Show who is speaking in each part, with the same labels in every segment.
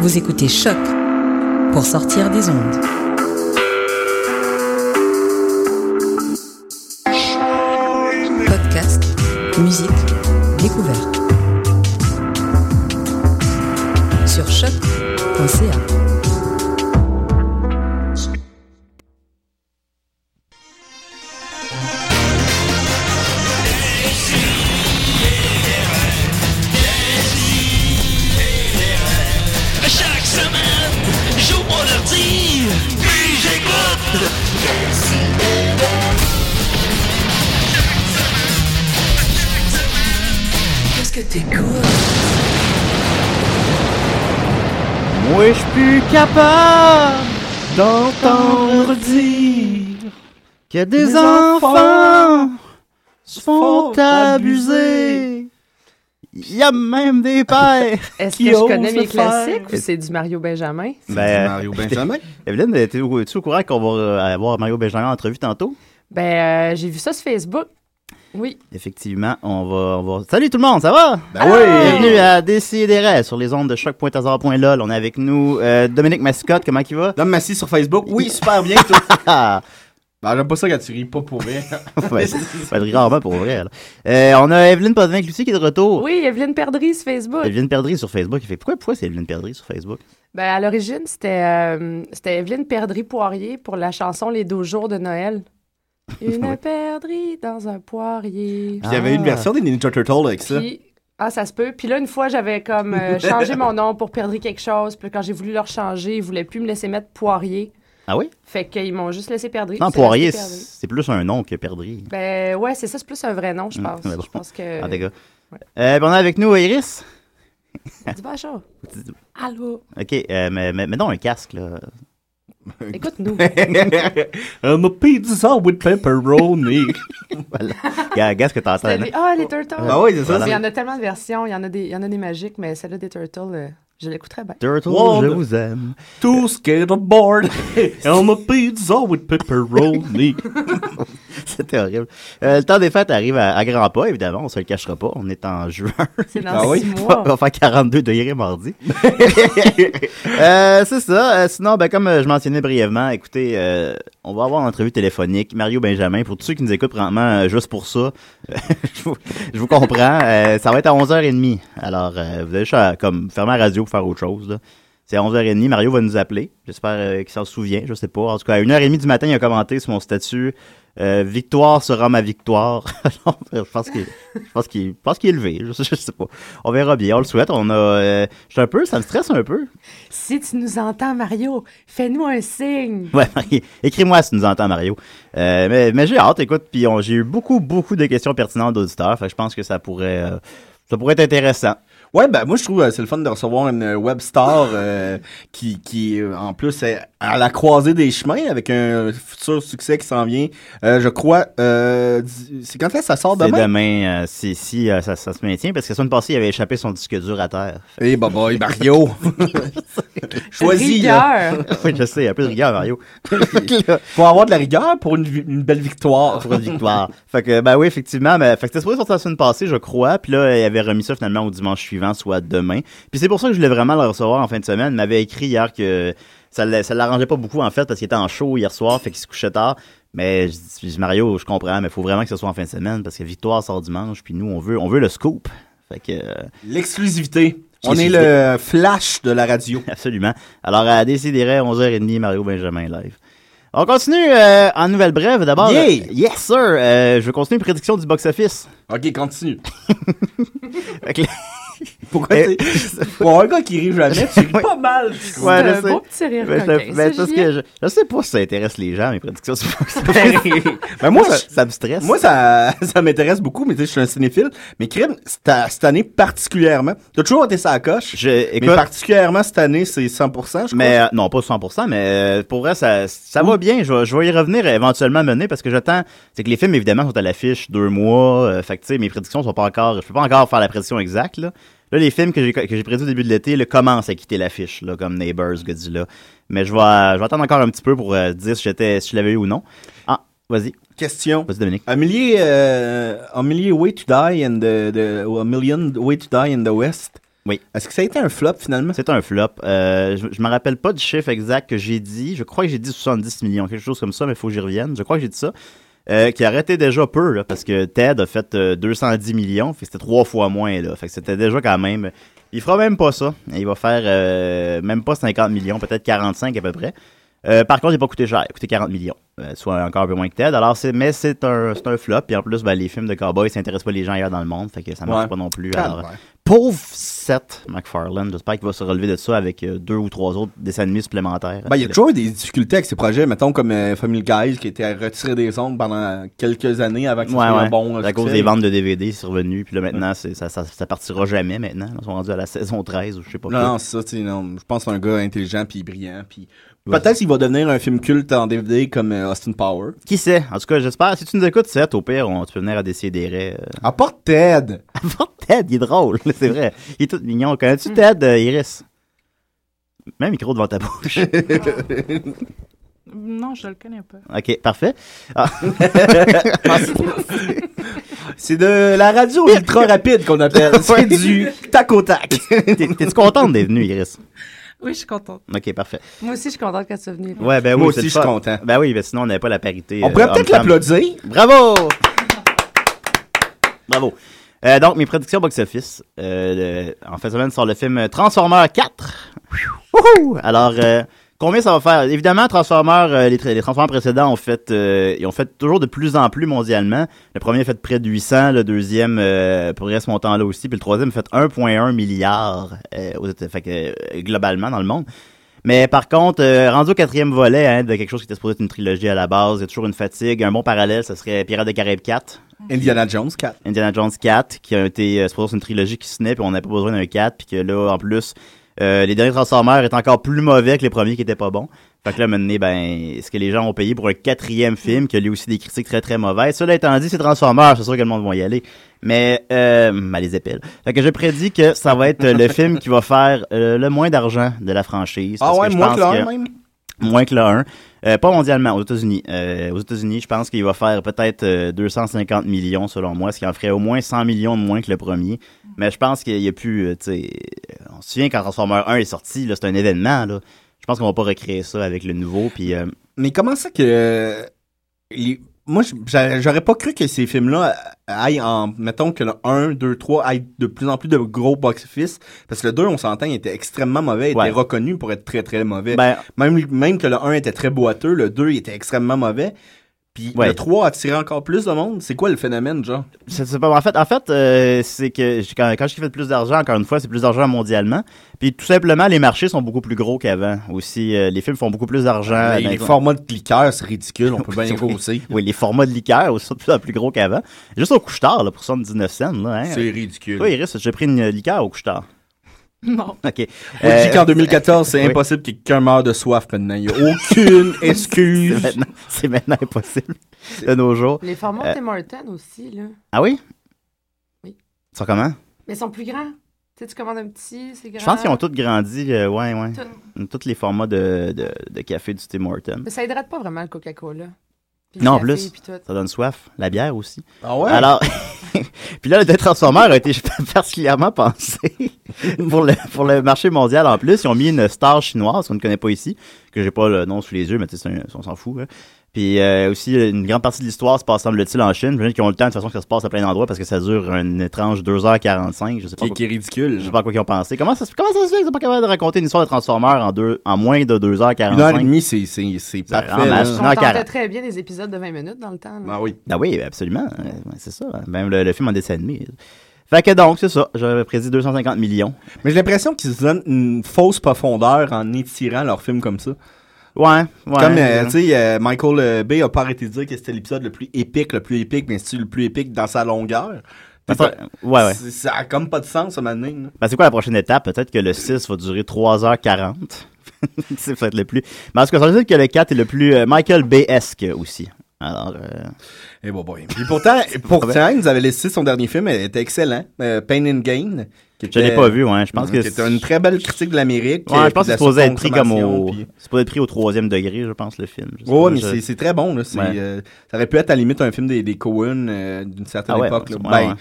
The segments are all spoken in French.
Speaker 1: Vous écoutez Choc pour sortir des ondes. Podcast, musique, découverte. Sur choc.ca.
Speaker 2: Chaque semaine, j'ouvre mon ordi, puis j'écoute. Qu'est-ce que t'écoutes?
Speaker 3: Moi, je suis plus capable d'entendre dire que des,
Speaker 4: Des
Speaker 3: enfants,
Speaker 4: enfants
Speaker 3: se font
Speaker 4: font
Speaker 3: abuser. Il y a même des pères.
Speaker 5: Est-ce
Speaker 3: qui
Speaker 5: que je
Speaker 3: osent
Speaker 5: connais
Speaker 3: le
Speaker 5: mes
Speaker 3: faire.
Speaker 5: classiques ou c'est du Mario Benjamin?
Speaker 3: Ben,
Speaker 6: du Mario Benjamin.
Speaker 3: Evelyne, es-tu au es-tu au courant qu'on va euh, avoir Mario Benjamin en entrevue tantôt?
Speaker 5: Ben, euh, j'ai vu ça sur Facebook. Oui.
Speaker 3: Effectivement, on va, on va- Salut tout le monde, ça va? Ah!
Speaker 6: Ben oui.
Speaker 3: Bienvenue à Décideret sur les ondes de choc.hasard.lol. On est avec nous euh, Dominique Mascotte, comment il va?
Speaker 6: Dom Massy sur Facebook. Oui, super bien. Toi.
Speaker 3: Ah,
Speaker 6: ben, j'aime pas ça quand tu ris pas pour rien.
Speaker 3: ouais, ça va être rarement pour vrai. là. Euh, on a Evelyne Podvin Lucie qui est de retour.
Speaker 5: Oui, Evelyne Perdry sur Facebook.
Speaker 3: Evelyne Perdry sur Facebook. Il fait pourquoi, pourquoi c'est Evelyne Perdry sur Facebook?
Speaker 5: Ben, à l'origine, c'était euh, c'était Evelyne Perdry Poirier pour la chanson Les 12 jours de Noël. Une
Speaker 3: Ouais.
Speaker 5: perdrix dans un poirier.
Speaker 3: Ah,
Speaker 6: Il y avait une version des Ninja Turtles avec ça.
Speaker 5: Puis- ah, ça se peut. Puis là, une fois, j'avais comme euh, changé mon nom pour Perdry quelque chose. Puis quand j'ai voulu le changer, ils voulaient plus me laisser mettre Poirier.
Speaker 3: Ah oui?
Speaker 5: Fait qu'ils m'ont juste laissé Perdry.
Speaker 3: Non,
Speaker 5: puis c'est
Speaker 3: Poirier,
Speaker 5: resté Perdry.
Speaker 3: c'est plus un nom que Perdry.
Speaker 5: Ben ouais, c'est ça, c'est plus un vrai nom, je pense.
Speaker 3: mais Mm. bon.
Speaker 5: Je pense que.
Speaker 3: En tout cas. Euh, ben, on est avec nous Iris.
Speaker 5: Dis pas chaud. Allô.
Speaker 3: Ok, euh, mais, mais, mais non, un casque là.
Speaker 5: Écoute-nous.
Speaker 6: I'm a Euh, pizza with pepperoni.
Speaker 3: Gars, gars, ce que t'entends.
Speaker 5: C'était
Speaker 3: hein?
Speaker 5: les- Ah, les Turtles.
Speaker 6: ah oui, c'est ça.
Speaker 3: Voilà.
Speaker 5: Il y en a tellement de versions. Il y en a des, il y en a des magiques, mais celle-là des Turtles, euh, je l'écouterais bien.
Speaker 3: Turtle,
Speaker 6: World.
Speaker 3: je vous aime.
Speaker 6: c'est Two skateboard. I'm a pizza with pepperoni.
Speaker 3: C'était horrible. Euh, le temps des fêtes arrive à, à grands pas, évidemment, on se le cachera pas. On est en juin.
Speaker 5: C'est dans
Speaker 6: Ah
Speaker 5: six
Speaker 6: oui?
Speaker 3: On
Speaker 5: mois.
Speaker 3: va faire 42 degrés mardi. Euh, c'est ça. Euh, sinon, ben, comme euh, je mentionnais brièvement, écoutez, euh, on va avoir une entrevue téléphonique. Mario Benjamin, pour tous ceux qui nous écoutent vraiment euh, juste pour ça, je, vous, je vous comprends. Euh, ça va être à 11h30. Alors, euh, vous avez juste à comme, fermer la radio pour faire autre chose. là. C'est à 11h30. Mario va nous appeler. J'espère euh, qu'il s'en souvient. Je sais pas. En tout cas, à 1h30 du matin, il a commenté sur mon statut. euh, victoire sera ma victoire. Alors, euh, je pense qu'il je pense qu'il je pense qu'il est levé. Je, je sais pas. On verra bien. On le souhaite. On a. euh, je suis un peu. Ça me stresse un peu.
Speaker 5: Si tu nous entends, Mario, fais-nous un signe.
Speaker 3: Ouais, Marie, écris-moi si tu nous entends, Mario. Euh, mais mais j'ai hâte, écoute, puis on- j'ai eu beaucoup, beaucoup de questions pertinentes d'auditeurs. Fait que je pense que ça pourrait, euh, ça pourrait être intéressant.
Speaker 6: Ouais, ben moi je trouve euh, c'est le fun de recevoir une euh, web star euh, qui, qui euh, en plus est à la croisée des chemins avec un futur succès qui s'en vient. Euh, je crois euh, di- c'est quand est-ce que ça sort
Speaker 3: C'est
Speaker 6: demain.
Speaker 3: demain, euh, si, si euh, ça, ça se maintient, parce que la semaine passée, il avait échappé son disque dur à terre. Fait
Speaker 6: Eh bah boy Mario. Choisis. là.
Speaker 5: Rigueur.
Speaker 3: que- oui, je sais, il y a un peu de rigueur, Mario.
Speaker 6: Faut avoir de la rigueur pour une, vi- une belle victoire.
Speaker 3: Pour une victoire. Fait que, ben oui, effectivement, mais, fait que c'était supposé sortir la semaine passée, je crois, puis là, il avait remis ça finalement au dimanche suivant, soit demain. Puis c'est pour ça que je voulais vraiment le recevoir en fin de semaine. Il m'avait écrit hier que ça l'a- ça l'arrangeait pas beaucoup, en fait, parce qu'il était en show hier soir, fait qu'il se couchait tard. Mais je dis, Mario, je comprends, mais faut vraiment que ce soit en fin de semaine, parce que Victoire sort dimanche, puis nous, on veut, on veut le scoop. Fait que... euh,
Speaker 6: L'exclusivité. On est
Speaker 3: L'exclusivité.
Speaker 6: le flash de la radio.
Speaker 3: Absolument. Alors, à décider 11h30, Mario Benjamin live. On continue euh, en nouvelle brève d'abord.
Speaker 6: Yeah!
Speaker 3: Euh, Yes, sir! Euh, je vais continuer une prédiction du box-office.
Speaker 6: Ok, continue.
Speaker 3: Fait que-
Speaker 6: Pourquoi
Speaker 3: Eh,
Speaker 6: t'es... Pour un gars qui rit jamais, tu ris pas mal.
Speaker 5: C'est
Speaker 3: Ouais, je
Speaker 5: un
Speaker 3: sais.
Speaker 5: beau petit rire.
Speaker 3: Ben,
Speaker 5: coquin,
Speaker 3: je, ben,
Speaker 5: ça,
Speaker 3: parce
Speaker 5: Julien.
Speaker 3: que je, je sais pas si ça intéresse les gens, mes prédictions du box-office.
Speaker 6: Ben moi,
Speaker 3: ça,
Speaker 6: je-
Speaker 3: ça me stresse.
Speaker 6: Moi, ça, ça m'intéresse beaucoup, mais tu sais, je suis un cinéphile. Mais Crime, cette, cette année particulièrement, t'as toujours été sa coche.
Speaker 3: Je-
Speaker 6: mais
Speaker 3: écoute,
Speaker 6: particulièrement cette année, c'est 100%, je
Speaker 3: Mais euh, non, pas 100%, mais euh, pour vrai, ça, ça va bien. Je vais, je vais y revenir éventuellement mener parce que j'attends. C'est que les films, évidemment, sont à l'affiche deux mois. euh, fait que, tu sais, mes prédictions sont pas encore. Je peux pas encore faire la prédiction exacte, là. Là, les films que j'ai, que j'ai prédits au début de l'été, là, commencent à quitter l'affiche, là, comme Neighbors, Godzilla. Mais je vais, je vais attendre encore un petit peu pour euh, dire si j'étais, si je l'avais eu ou non. Ah, vas-y,
Speaker 6: crois. Question.
Speaker 3: vas-y, Dominique.
Speaker 6: A million, euh, a million way to die in the, the- a million way to die in the West.
Speaker 3: Oui.
Speaker 6: Est-ce que ça a été un flop finalement?
Speaker 3: C'est un flop. Euh, je ne me rappelle pas du chiffre exact que j'ai dit. Je crois que j'ai dit 70 millions, quelque chose comme ça, mais il faut que j'y revienne. Je crois que j'ai dit ça. Euh, qui arrêtait déjà peu, là, parce que Ted a fait euh, 210 millions, fait que c'était trois fois moins. Là, fait que c'était déjà quand même... Il fera même pas ça. Il va faire euh, même pas 50 millions, peut-être 45 à peu près. Euh, par contre, il n'a pas coûté cher, il a coûté 40 millions, euh, soit encore un peu moins que Ted. Alors, c'est, mais c'est un, c'est un flop, puis en plus, ben, les films de cowboys s'intéressent pas les gens ailleurs dans le monde, fait que ça marche
Speaker 6: Ouais.
Speaker 3: pas non plus.
Speaker 6: Calme,
Speaker 3: Alors,
Speaker 6: ouais.
Speaker 3: Pauvre Seth MacFarlane, j'espère qu'il va se relever de ça avec euh, deux ou trois autres dessins animés supplémentaires.
Speaker 6: Ben, il y a toujours eu des difficultés avec ces projets, mettons comme euh, Family Guys qui était retiré des ondes pendant quelques années avant que
Speaker 3: Ouais,
Speaker 6: ça soit un
Speaker 3: ouais.
Speaker 6: bon. euh,
Speaker 3: à cause
Speaker 6: succès.
Speaker 3: des ventes de DVD, c'est revenu. Puis là, maintenant, c'est, ça, ça, ça partira jamais maintenant. Ils sont rendus à la saison 13 ou je sais pas
Speaker 6: Non,
Speaker 3: quoi.
Speaker 6: non, c'est ça, tu sais, non. Je pense que c'est un gars intelligent puis brillant. Puis peut-être qu'il va devenir un film culte en DVD comme euh, Austin Power.
Speaker 3: Qui sait? En tout cas, j'espère. Si tu nous écoutes, Seth, au pire, on, tu peux venir à décider. Euh...
Speaker 6: Apporte Ted!
Speaker 3: Avant Ted, il est drôle, c'est vrai. Il est tout mignon. Connais-tu Ted, euh, Iris? Même micro devant ta bouche.
Speaker 4: Non, je le connais pas.
Speaker 3: OK, parfait. Ah.
Speaker 6: C'est de la radio ultra rapide qu'on appelle. C'est du tac au tac.
Speaker 3: T'es- T'es-tu contente d'être venue, Iris?
Speaker 4: Oui, je suis contente.
Speaker 3: OK, parfait.
Speaker 5: Moi aussi, je suis contente que tu sois venue.
Speaker 3: Ouais, ben oui,
Speaker 6: Moi
Speaker 3: c'est
Speaker 6: aussi,
Speaker 3: le
Speaker 6: je suis
Speaker 3: fun.
Speaker 6: content.
Speaker 3: Ben oui, ben sinon, on n'avait pas la parité.
Speaker 6: On
Speaker 3: euh,
Speaker 6: pourrait peut-être
Speaker 3: homme-femme.
Speaker 6: l'applaudir.
Speaker 3: Bravo! Bravo. Euh, donc, mes prédictions box-office. Euh, le- en fin de semaine sort le film Transformers 4. Wouhou! Alors, euh, combien ça va faire? Évidemment, Transformers, euh, les, tra- les Transformers précédents ont fait, euh, ils ont fait toujours de plus en plus mondialement. Le premier a fait près de 800, le deuxième euh, pourrait ce montant-là aussi, puis le troisième a fait 1,1 milliard euh, aux États- fait que, euh, globalement dans le monde. Mais par contre, euh, rendu au quatrième volet hein, de quelque chose qui était supposé être une trilogie à la base, il y a toujours une fatigue. Un bon parallèle, ce serait Pirates des Caraïbes 4,
Speaker 6: Indiana Jones 4.
Speaker 3: Indiana Jones 4, qui a été euh, supposé être une trilogie qui se naît, puis on n'a pas besoin d'un 4, puis que là, en plus, euh, les derniers Transformers étaient encore plus mauvais que les premiers qui étaient pas bons. Fait que là, maintenant, ben, ce que les gens ont payé pour un quatrième film, qui a lui aussi des critiques très très mauvaises. Cela étant dit, c'est Transformers, c'est sûr que le monde va y aller. Mais, euh, à les épelles. Fait que je prédis que ça va être le film qui va faire euh, le moins d'argent de la franchise.
Speaker 6: Ah
Speaker 3: parce
Speaker 6: ouais,
Speaker 3: je
Speaker 6: moi
Speaker 3: pense
Speaker 6: que l'heure
Speaker 3: que-
Speaker 6: même.
Speaker 3: moins que le 1. Euh, pas mondialement, aux États-Unis. Euh, aux États-Unis, je pense qu'il va faire peut-être euh, 250 millions selon moi, ce qui en ferait au moins 100 millions de moins que le premier. Mais je pense qu'il y a plus, euh, tu sais, on se souvient quand Transformer 1 est sorti, là, c'est un événement, là. Je pense qu'on va pas recréer ça avec le nouveau, puis euh,
Speaker 6: Mais comment ça que. euh, les- Moi, j- j'a- j'aurais pas cru que ces films-là euh, aillent en. Mettons que le 1, 2, 3 aillent de plus en plus de gros box-office. Parce que le 2, on s'entend, il était extrêmement mauvais. Il
Speaker 3: Ouais.
Speaker 6: était reconnu pour être très, très mauvais.
Speaker 3: ben,
Speaker 6: Même, même que le 1 était très boiteux, le 2, il était extrêmement mauvais. Puis
Speaker 3: Ouais.
Speaker 6: le 3 attirait encore plus de monde. C'est quoi le phénomène, genre?
Speaker 3: Je sais pas. En fait, en fait euh, c'est que j- quand, quand je fais plus d'argent, encore une fois, c'est plus d'argent mondialement. Puis tout simplement, les marchés sont beaucoup plus gros qu'avant. Aussi, euh, les films font beaucoup plus d'argent.
Speaker 6: Ah, les
Speaker 3: dans les-
Speaker 6: formats de cliqueurs, c'est ridicule. On peut bien grosser.
Speaker 3: Oui, les formats de liqueur aussi, de plus en plus gros qu'avant. Juste au couche-tard, là, pour 79 cents, là, hein.
Speaker 6: C'est ridicule.
Speaker 3: Toi, Iris, j'ai pris une euh, liqueur au couche-tard.
Speaker 4: Non.
Speaker 3: OK.
Speaker 6: Moi, je dis
Speaker 3: Euh,
Speaker 6: qu'en 2014, c'est
Speaker 3: oui.
Speaker 6: impossible que quelqu'un meure de soif maintenant. Il n'y a aucune excuse.
Speaker 3: maintenant, c'est maintenant impossible de nos jours.
Speaker 5: Les formats
Speaker 3: Euh.
Speaker 5: Tim Hortons aussi, là.
Speaker 3: Ah oui?
Speaker 5: Oui.
Speaker 3: Ça comment?
Speaker 5: Mais ils sont plus grands. Tu sais, tu commandes un petit, c'est grand.
Speaker 3: Je pense qu'ils ont tous grandi, euh, ouais, ouais.
Speaker 5: Tout.
Speaker 3: Tous les formats de, de, de café du Tim Hortons.
Speaker 5: Mais ça hydrate pas vraiment le Coca-Cola. Puis le
Speaker 3: Non, en
Speaker 5: café,
Speaker 3: plus.
Speaker 5: puis tout.
Speaker 3: Ça donne soif. La bière aussi.
Speaker 6: Ah ouais?
Speaker 3: Alors, puis là, le transformeur a été particulièrement pensé pour le, pour le marché mondial en plus. Ils ont mis une star chinoise qu'on ne connaît pas ici, que j'ai pas le nom sous les yeux, mais tu sais, c'est un- on s'en fout. hein. Puis euh, aussi, une grande partie de l'histoire se passe, semble-t-il, en Chine. J'imagine qu'ils ont le temps, de toute façon, que ça se passe à plein d'endroits parce que ça dure une étrange 2h45. Je sais pas. quoi-
Speaker 6: qui, qui est ridicule.
Speaker 3: Je sais pas à quoi ils ont pensé. Comment ça, se- comment ça se fait qu'ils sont pas capables de raconter une histoire de Transformers en, deux, en moins de 2h45?
Speaker 6: Une heure et demie, c'est, c'est, c'est
Speaker 3: en
Speaker 6: parfait.
Speaker 3: masse.
Speaker 6: là.
Speaker 5: On tentait
Speaker 3: quarante.
Speaker 5: très bien des épisodes de 20 minutes dans le temps. là.
Speaker 6: Ah oui.
Speaker 3: Ah oui, absolument. Euh, ouais, C'est ça. Même le, le film en dessin animé. Fait que donc, c'est ça. J'avais prédit 250 millions.
Speaker 6: Mais j'ai l'impression qu'ils se donnent une fausse profondeur en étirant leur film comme ça.
Speaker 3: Ouais, ouais.
Speaker 6: comme, euh, tu sais, euh, Michael euh, Bay a pas arrêté de dire que c'était l'épisode le plus épique, le plus épique, mais c'est le plus épique dans sa longueur.
Speaker 3: Ben,
Speaker 6: T'sais,
Speaker 3: ça- ouais, ouais.
Speaker 6: c'est- Ça a comme pas de sens, ça, maintenant. là.
Speaker 3: Ben, c'est quoi la prochaine étape? Peut-être que le 6 va durer 3h40. c'est peut-être le plus. Mais en tout cas, ça veut dire que le 4 est le plus euh, Michael Bay-esque aussi. Alors, euh,
Speaker 6: Et bon, boy. Puis pourtant, pourtant, il nous avait laissé son dernier film, il était excellent. euh, Pain and Gain. qui
Speaker 3: je l'ai
Speaker 6: était- Mhm,
Speaker 3: pas vu, ouais. Je pense
Speaker 6: Euh, mm, qui
Speaker 3: que
Speaker 6: était une très belle critique de l'Amérique.
Speaker 3: Ouais,
Speaker 6: euh,
Speaker 3: je pense que
Speaker 6: puis de la
Speaker 3: c'est supposé être pris comme au.
Speaker 6: surconsommation, puis-
Speaker 3: C'est supposé être pris au troisième degré, je pense, le film. Je sais
Speaker 6: Ouais,
Speaker 3: pas,
Speaker 6: mais
Speaker 3: je-
Speaker 6: c'est- c'est très bon. Là. C'est,
Speaker 3: Ouais.
Speaker 6: euh, ça aurait pu être à la limite un film des, des Coen euh, d'une certaine
Speaker 3: Ah ouais,
Speaker 6: époque. là.
Speaker 3: ouais,
Speaker 6: Ben,
Speaker 3: ouais.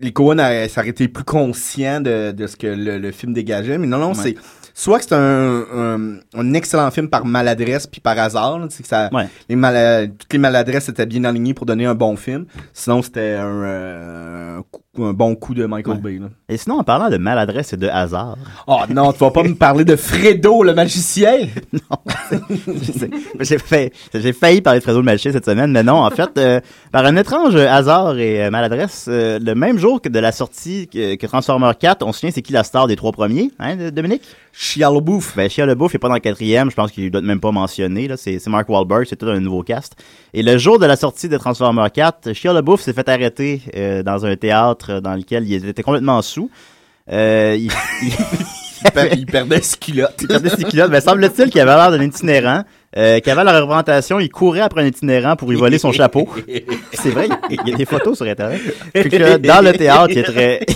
Speaker 6: les Coen a- ça aurait été plus conscient de, de ce que le, le film dégageait. Mais non, non,
Speaker 3: Ouais.
Speaker 6: c'est soit que c'est un, un, un excellent film par maladresse puis par hasard, là, tu sais, que ça,
Speaker 3: Ouais.
Speaker 6: les mala- toutes les maladresses étaient bien alignées pour donner un bon film. Sinon, c'était un, euh, un coup- un bon coup de Michael Bay. là.
Speaker 3: Et sinon, en parlant de maladresse et de hasard,
Speaker 6: Oh non, tu vas pas me parler de Fredo, le magicien!
Speaker 3: C'est- j'ai fait- j'ai failli parler de Fredo le Malché cette semaine, mais non, en fait, euh, par un étrange hasard et euh, maladresse, euh, le même jour que de la sortie que, que Transformers 4, on se souvient c'est qui la star des trois premiers, hein, de- Dominique?
Speaker 6: Chialobouf.
Speaker 3: Ben, Shia LaBeouf est pas dans le quatrième, je pense qu'il doit être même pas mentionné, là. C'est c'est Mark Wahlberg, c'est tout un nouveau cast. Et le jour de la sortie de Transformers 4, Shia LaBeouf s'est fait arrêter euh, dans un théâtre dans lequel il était complètement sous. Euh, il- il-
Speaker 6: Il, per- il perdait ses culottes.
Speaker 3: il perdait ses culottes. Mais semble-t-il qu'il avait l'air d'un itinérant. Euh, qu'avant la représentation, il courait après un itinérant pour lui voler son chapeau. C'est vrai, il y a des photos sur Internet. Puis que là, dans le théâtre, il est très...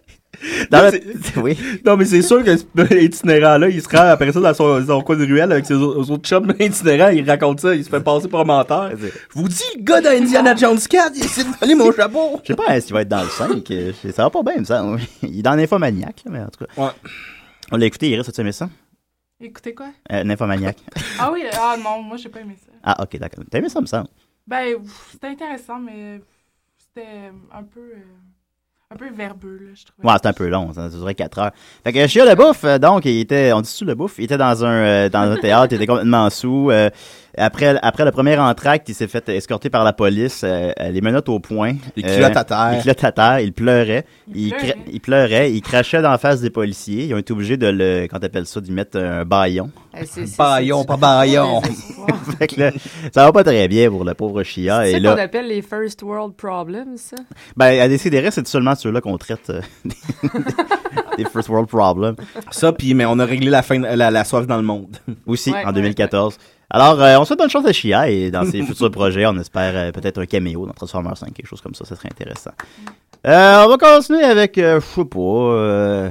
Speaker 3: dans
Speaker 6: Là,
Speaker 3: le... Oui.
Speaker 6: Non, mais c'est sûr que ce- l'itinérant-là, il se rend après ça dans son, son coin de ruelle avec ses au- autres chums itinérants, il raconte ça, il se fait passer pour un menteur.
Speaker 3: Vas-y.
Speaker 6: Je vous dis, le gars d'Indiana Jones 4, il essaie de voler mon chapeau!
Speaker 3: Je sais pas hein, s'il va être dans le 5. euh, je- Ça va pas bien, ça. Il est dans l'infomaniac, là, mais en tout cas.
Speaker 6: Ouais.
Speaker 3: On l'a écouté, il reste tu aimé ça?
Speaker 4: Écoutez quoi?
Speaker 3: Euh, Nymphomaniac.
Speaker 4: Ah oui, ah non, moi j'ai pas aimé ça.
Speaker 3: Ah, ok, d'accord. T'as aimé ça, me semble.
Speaker 4: Ben, pff, c'était intéressant, mais c'était un peu. euh, un peu verbeux, là, je trouvais.
Speaker 3: Ouais, c'est un peu long, ça durait 4 heures. Fait que Chia Lebouf, euh, donc, il était, on dit-tu Lebouf? Il était dans un, euh, dans un théâtre, il était complètement sous. euh, après, après le premier entracte, il s'est fait escorter par la police, euh, euh, les menottes au poing.
Speaker 6: Les
Speaker 3: euh,
Speaker 6: culottes à terre.
Speaker 3: Les culottes à terre, il pleurait. Il,
Speaker 4: Il pleurait.
Speaker 3: cra- il pleurait, il crachait dans la face des policiers. Ils ont été obligés de le, quand t'appelles ça, d'y mettre un baillon.
Speaker 5: Euh, c'est- c'est-
Speaker 6: Baillon,
Speaker 5: c'est-
Speaker 6: pas baillon!
Speaker 3: Fait que là, ça va pas très bien pour le pauvre Chia.
Speaker 5: C'est
Speaker 3: Et
Speaker 5: ça
Speaker 3: là,
Speaker 5: qu'on appelle les first world problems, ça.
Speaker 3: ben, à décider, c'est seulement ceux-là qu'on traite euh, des first world problems.
Speaker 6: Ça, puis mais on a réglé la, fin, la, la soif dans le monde.
Speaker 3: Aussi,
Speaker 5: Ouais,
Speaker 3: en
Speaker 5: ouais,
Speaker 3: 2014. Alors, euh, on souhaite bonne chance à Chia et dans ses futurs projets, on espère euh, peut-être un caméo dans Transformers 5, quelque chose comme ça, ça serait intéressant. Euh, on va continuer avec, euh, je sais pas, euh,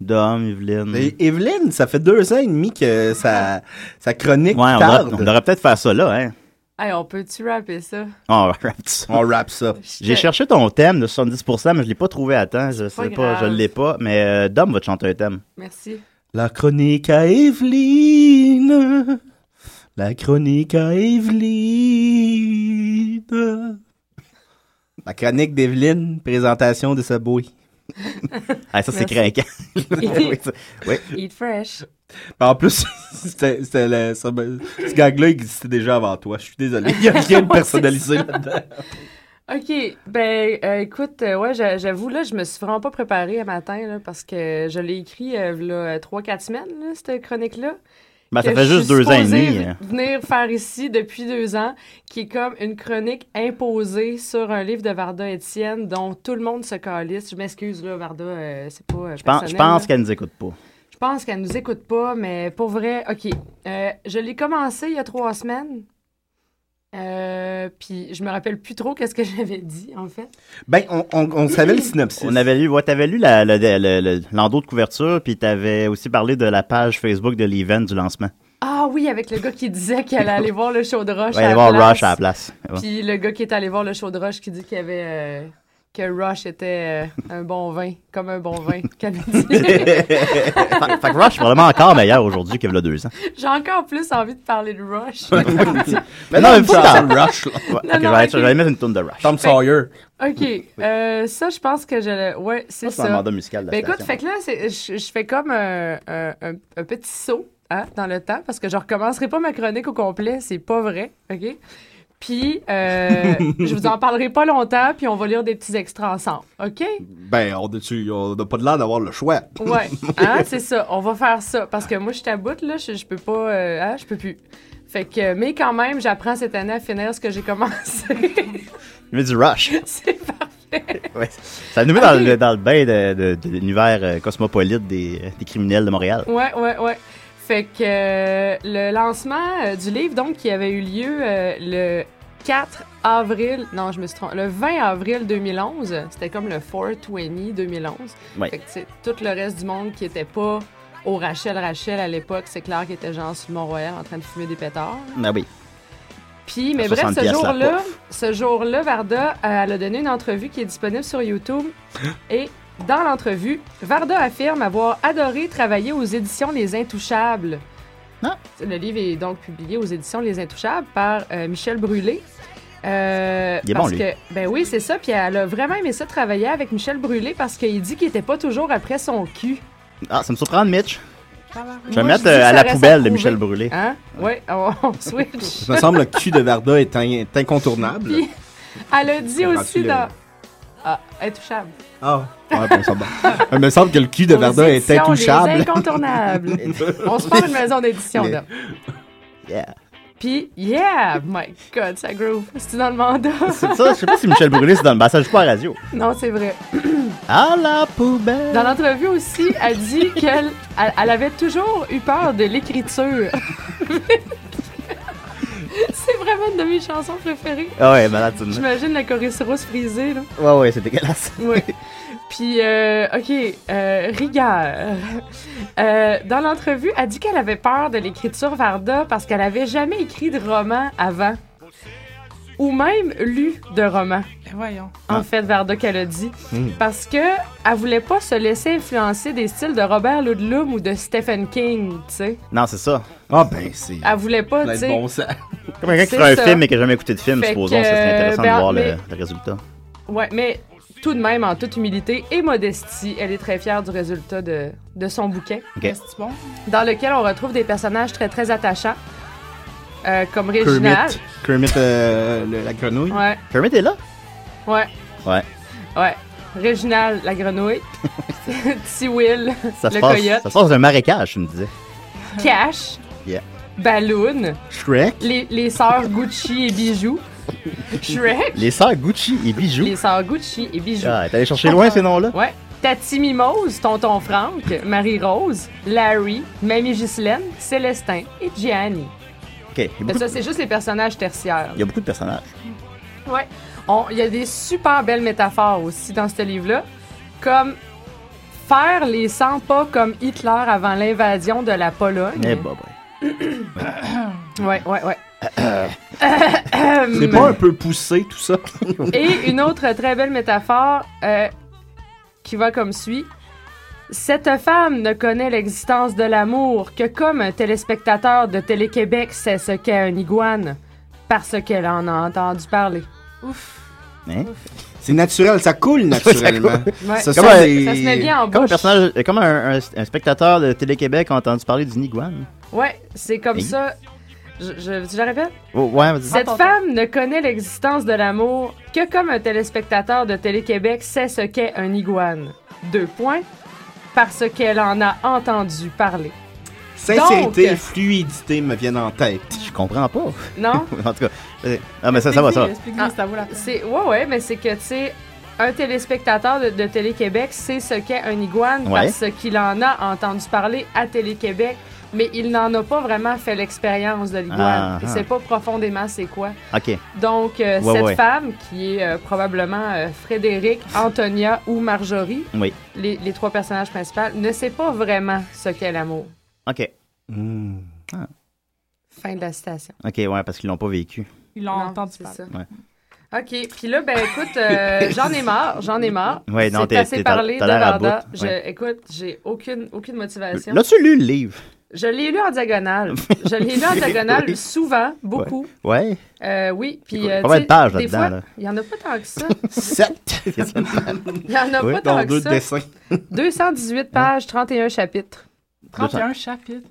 Speaker 3: Dom, Yveline.
Speaker 6: Et Evelyne, ça fait deux ans et demi que sa, sa chronique
Speaker 3: Ouais, on devrait,
Speaker 6: tarde.
Speaker 3: on devrait peut-être faire ça là, hein.
Speaker 5: Hey, on peut-tu rapper ça?
Speaker 3: On va wrap ça.
Speaker 6: On wrap ça.
Speaker 3: J'ai cherché ton thème de 70%, mais je l'ai pas trouvé à temps. Je sais
Speaker 5: pas
Speaker 3: pas, je
Speaker 5: grave.
Speaker 3: l'ai pas, mais euh, Dom va te chanter un thème.
Speaker 5: Merci.
Speaker 6: La chronique à Evelyne. La chronique à Evelyne. La chronique d'Evelyne, présentation de Subway.
Speaker 3: Ah, ça, c'est
Speaker 5: Merci.
Speaker 3: craquant. oui, ça- oui.
Speaker 5: Eat fresh.
Speaker 6: En plus, c'était, c'était le- ça me- ce gag-là existait déjà avant toi. Je suis désolé. Il n'y a rien de personnalisé là-dedans.
Speaker 5: OK. Ben, euh, écoute, euh, ouais, j'a- j'avoue, là, je me suis vraiment pas préparée un matin, là, parce que je l'ai écrit, euh, là, trois, quatre semaines, là, cette chronique-là.
Speaker 3: Ben, ça
Speaker 5: que
Speaker 3: fait
Speaker 5: je
Speaker 3: juste
Speaker 5: suis
Speaker 3: deux ans et
Speaker 5: supposée euh,
Speaker 3: demi. hein.
Speaker 5: v- venir faire ici depuis deux ans, qui est comme une chronique imposée sur un livre de Varda Étienne dont tout le monde se calisse. Je m'excuse, là, Varda, euh, c'est pas euh,
Speaker 3: Je pense, je
Speaker 5: personnel,
Speaker 3: pense
Speaker 5: là.
Speaker 3: qu'elle nous écoute pas.
Speaker 5: Je pense qu'elle nous écoute pas, mais pour vrai, OK. Euh, je l'ai commencé il y a trois semaines. Euh, puis je me rappelle plus trop qu'est-ce que j'avais dit, en fait.
Speaker 6: Ben, on, on- on savait le synopsis.
Speaker 3: On avait lu, ouais, t'avais lu la- le- le- le- l'endos de couverture, puis t'avais aussi parlé de la page Facebook de l'event du lancement.
Speaker 5: Ah oui, avec le gars qui disait qu'elle allait voir le show de Rush.
Speaker 3: Ouais,
Speaker 5: à
Speaker 3: aller
Speaker 5: la
Speaker 3: voir
Speaker 5: place.
Speaker 3: Rush à la place. Ouais.
Speaker 5: Puis le gars qui est allé voir le show de Rush qui dit qu'il y avait euh, que Rush était euh, un bon vin, comme un bon vin canadien.
Speaker 3: Fait fait que Rush est probablement encore meilleur aujourd'hui qu'il y a deux ans.
Speaker 5: J'ai encore plus envie de parler de Rush.
Speaker 3: Mais non, mais
Speaker 6: faut
Speaker 3: faut que
Speaker 6: que rush, là.
Speaker 3: Ouais,
Speaker 5: Non,
Speaker 3: ok,
Speaker 5: non,
Speaker 3: je vais-
Speaker 5: ok.
Speaker 3: Je vais mettre une tourne de Rush.
Speaker 6: Tom Sawyer.
Speaker 5: OK, euh, ça je pense que je le... Ouais, c'est
Speaker 3: C'est un
Speaker 5: ça.
Speaker 3: mandat musical. de la
Speaker 5: Ben écoute,
Speaker 3: station.
Speaker 5: fait que là, c'est- je, je fais comme un, un- un- un petit saut hein, dans le temps parce que je recommencerai pas ma chronique au complet, c'est pas vrai, OK? Puis, euh, je vous en parlerai pas longtemps, puis on va lire des petits extraits ensemble, OK?
Speaker 6: Ben, on n'a on a pas de l'air d'avoir le choix.
Speaker 5: Ouais, hein, c'est ça. On va faire ça parce que moi, je suis à bout, là. Je, je peux pas. euh, hein, je peux plus. Fait que, mais quand même, j'apprends cette année à finir ce que j'ai commencé.
Speaker 3: Je mets du Rush.
Speaker 5: c'est parfait.
Speaker 3: Ouais. Ça nous met dans
Speaker 5: Ok.
Speaker 3: le, dans le bain de, de- de l'univers euh, cosmopolite des, des criminels de Montréal.
Speaker 5: Ouais, ouais, ouais. Fait que euh, le lancement euh, du livre, donc, qui avait eu lieu euh, le 4 avril. Non, je me suis trompée. Le 20 avril 2011. C'était comme le 420 2011.
Speaker 3: Ouais.
Speaker 5: Fait que, tu sais, tout le reste du monde qui était pas au Rachel Rachel à l'époque, c'est clair qu'il était genre sur le Mont-Royal en train de fumer des pétards.
Speaker 3: Ah oui.
Speaker 5: Puis, mais
Speaker 3: À
Speaker 5: bref,
Speaker 3: 60
Speaker 5: ce
Speaker 3: piastres, la
Speaker 5: jour-là, ce jour-là, Varda, euh, elle a donné une entrevue qui est disponible sur YouTube. Et dans l'entrevue, Varda affirme avoir adoré travailler aux éditions Les Intouchables.
Speaker 3: Ah.
Speaker 5: Le livre est donc publié aux éditions Les Intouchables par euh, Michel Brûlé. Euh,
Speaker 3: Il est
Speaker 5: parce
Speaker 3: bon, lui.
Speaker 5: que, ben oui, c'est ça. Puis elle a vraiment aimé ça travailler avec Michel Brûlé parce qu'il dit qu'il était pas toujours après son cul.
Speaker 3: Ah, ça me surprend, Mitch. Je vais
Speaker 5: Moi,
Speaker 3: mettre
Speaker 5: je dis
Speaker 3: euh,
Speaker 5: que
Speaker 3: à
Speaker 5: ça
Speaker 3: la
Speaker 5: reste à
Speaker 3: poubelle de
Speaker 5: prouver.
Speaker 3: Michel Brûlé.
Speaker 5: Hein? Oui, on, on switch.
Speaker 6: Il me semble que le cul de Varda est, in- est incontournable.
Speaker 5: Puis- Elle a dit
Speaker 6: Comprends-tu
Speaker 5: aussi
Speaker 6: le-
Speaker 5: dans. Ah, intouchable.
Speaker 6: Ah, ouais, bon, ça va. Ah, Il me semble que le cul de Varda
Speaker 5: Aux
Speaker 6: est
Speaker 5: éditions, Les
Speaker 6: intouchable.
Speaker 5: incontournables. On se parle une maison d'édition,
Speaker 6: Les-
Speaker 5: là.
Speaker 3: Yeah.
Speaker 5: Puis, yeah! My God, ça groove. C'est dans le mandat.
Speaker 3: C'est ça, je sais pas si Michel Brûlé c'est dans le passage pas à la radio.
Speaker 5: Non, c'est vrai.
Speaker 3: À la poubelle.
Speaker 5: Dans l'entrevue aussi, elle dit qu'elle elle, elle avait toujours eu peur de l'écriture. c'est vraiment une de mes chansons préférées.
Speaker 3: Ah ouais, malade, tu me-
Speaker 5: J'imagine la chorus frisée, là.
Speaker 3: Ouais, ouais, c'est dégueulasse.
Speaker 5: Oui. Puis, euh, OK, euh, rigueur. Euh, dans l'entrevue, elle dit qu'elle avait peur de l'écriture Varda parce qu'elle avait jamais écrit de roman avant. Ou même lu de roman,
Speaker 4: Ben voyons.
Speaker 5: en fait, Varda qu'elle a dit.
Speaker 3: Ah. Hmm.
Speaker 5: Parce que elle voulait pas se laisser influencer des styles de Robert Ludlum ou de Stephen King, tu sais.
Speaker 3: Non, c'est ça.
Speaker 6: Ah, ben, c'est.
Speaker 5: Elle voulait pas,
Speaker 6: plein
Speaker 5: tu
Speaker 6: de
Speaker 5: sais.
Speaker 6: bon sens.
Speaker 3: Comme quelqu'un qui
Speaker 5: C'est
Speaker 3: ferait un
Speaker 5: ça.
Speaker 3: film et qui a jamais écouté de film,
Speaker 5: Fait
Speaker 3: supposons,
Speaker 5: que,
Speaker 3: ça serait intéressant
Speaker 5: ben,
Speaker 3: de voir le-
Speaker 5: mais-
Speaker 3: le, résultat.
Speaker 5: Ouais, mais tout de même, en toute humilité et modestie, elle est très fière du résultat de, de son bouquin.
Speaker 3: Ok.
Speaker 4: Est-ce bon?
Speaker 5: dans lequel on retrouve des personnages très très attachants, euh, comme Réginald.
Speaker 6: Kermit euh, le- la grenouille.
Speaker 5: Ouais,
Speaker 3: Kermit est là?
Speaker 5: ouais,
Speaker 3: Ouais.
Speaker 5: ouais. Réginald, la grenouille. Petit Will,
Speaker 3: Ça se,
Speaker 5: le
Speaker 3: passe,
Speaker 5: coyote.
Speaker 3: ça se passe dans un marécage, tu me disais.
Speaker 5: Cash.
Speaker 3: Yeah.
Speaker 5: Balloon.
Speaker 6: Shrek.
Speaker 5: Les, les sœurs Gucci et Bijoux. Shrek.
Speaker 3: Les sœurs Gucci et Bijoux.
Speaker 5: Les sœurs Gucci et Bijoux.
Speaker 3: Ah, t'es allé chercher loin ces noms-là?
Speaker 5: Ouais. Tati Mimose, Tonton Franck, Marie-Rose, Larry, Mamie Ghislaine, Célestin et Gianni.
Speaker 3: Ok, il y, a beaucoup
Speaker 5: Mais
Speaker 3: de-
Speaker 5: Ben, ça, c'est juste les personnages tertiaires.
Speaker 3: il y a beaucoup de personnages.
Speaker 5: Ouais. On- Il y a des super belles métaphores aussi dans ce livre-là, comme faire les 100 pas comme Hitler avant l'invasion de la Pologne.
Speaker 3: Eh,
Speaker 6: ben.
Speaker 3: bah, ouais.
Speaker 5: Ouais, ouais, ouais.
Speaker 6: C'est pas un peu poussé, tout ça?
Speaker 5: Et une autre très belle métaphore euh, qui va comme suit. Cette femme ne connaît l'existence de l'amour que comme un téléspectateur de Télé-Québec sait ce qu'est un iguane, parce qu'elle en a entendu parler.
Speaker 4: Ouf.
Speaker 3: Hein?
Speaker 6: C'est naturel, ça coule naturellement.
Speaker 5: Ouais. Ça,
Speaker 6: Ce sont
Speaker 3: Comme, euh,
Speaker 6: des-
Speaker 5: se met bien en
Speaker 3: Comme un
Speaker 5: Ah, bouche.
Speaker 3: personnage, euh, comme un, un- un spectateur de Télé-Québec a entendu parler d'une iguane.
Speaker 5: Ouais, c'est comme
Speaker 3: Hey.
Speaker 5: ça. Je, je, je répète?
Speaker 3: Oh, ouais, vas-y.
Speaker 5: Cette femme ne connaît l'existence de l'amour que comme un téléspectateur de Télé-Québec sait ce qu'est un iguane. Deux points. Parce qu'elle en a entendu parler.
Speaker 6: Sincérité
Speaker 5: Donc-
Speaker 6: et fluidité me viennent en tête.
Speaker 5: Ben.
Speaker 3: Je comprends pas.
Speaker 5: Non?
Speaker 3: en tout cas, euh, ah, mais ça, ça va, ça va.
Speaker 4: Explique-nous,
Speaker 5: Ah.
Speaker 4: ça vaut la peine.
Speaker 5: C'est. Ouais, ouais, mais c'est que, tu sais, un téléspectateur de, de Télé-Québec sait ce qu'est un iguane
Speaker 3: Ouais.
Speaker 5: parce qu'il en a entendu parler à Télé-Québec, mais il n'en a pas vraiment fait l'expérience de l'iguane.
Speaker 3: Ah,
Speaker 5: il
Speaker 3: ah.
Speaker 5: sait pas profondément c'est quoi.
Speaker 3: Ok.
Speaker 5: Donc, euh,
Speaker 3: Ouais,
Speaker 5: cette
Speaker 3: ouais.
Speaker 5: femme, qui est euh, probablement euh, Frédéric, Antonia ou Marjorie,
Speaker 3: Oui.
Speaker 5: les, les trois personnages principaux, ne sait pas vraiment ce qu'est l'amour.
Speaker 3: Ok. Hmm.
Speaker 5: Fin de la citation.
Speaker 3: Ok, ouais, parce qu'ils l'ont pas vécu.
Speaker 4: Ils l'ont
Speaker 5: Non,
Speaker 4: entendu
Speaker 5: c'est
Speaker 4: parler.
Speaker 5: ça.
Speaker 3: Ouais.
Speaker 5: OK. Puis là, ben écoute, euh, j'en ai marre, j'en ai marre.
Speaker 3: Ouais, non,
Speaker 5: C'est
Speaker 3: t'es-
Speaker 5: assez
Speaker 3: t'es-
Speaker 5: parlé de
Speaker 3: t'as l'air à
Speaker 5: Varda.
Speaker 3: bout,
Speaker 5: Je,
Speaker 3: ouais.
Speaker 5: Écoute, j'ai aucune, aucune motivation.
Speaker 3: L'as-tu lu le livre?
Speaker 5: Je l'ai lu en diagonale. Je l'ai lu en diagonale souvent, beaucoup.
Speaker 3: Ouais.
Speaker 5: Euh, oui, puis...
Speaker 3: Écoute,
Speaker 5: euh,
Speaker 3: combien de
Speaker 5: tu sais,
Speaker 3: pages
Speaker 5: des
Speaker 3: là-dedans,
Speaker 5: fois,
Speaker 3: là?
Speaker 5: Il n'y en a pas tant que ça.
Speaker 6: Sept
Speaker 5: Il n'y en a
Speaker 3: Oui,
Speaker 5: pas tant
Speaker 6: dans
Speaker 5: que
Speaker 6: deux
Speaker 5: ça.
Speaker 6: dessins.
Speaker 3: Hein?
Speaker 5: 218 pages, 31 chapitres.
Speaker 4: 31 chapitres.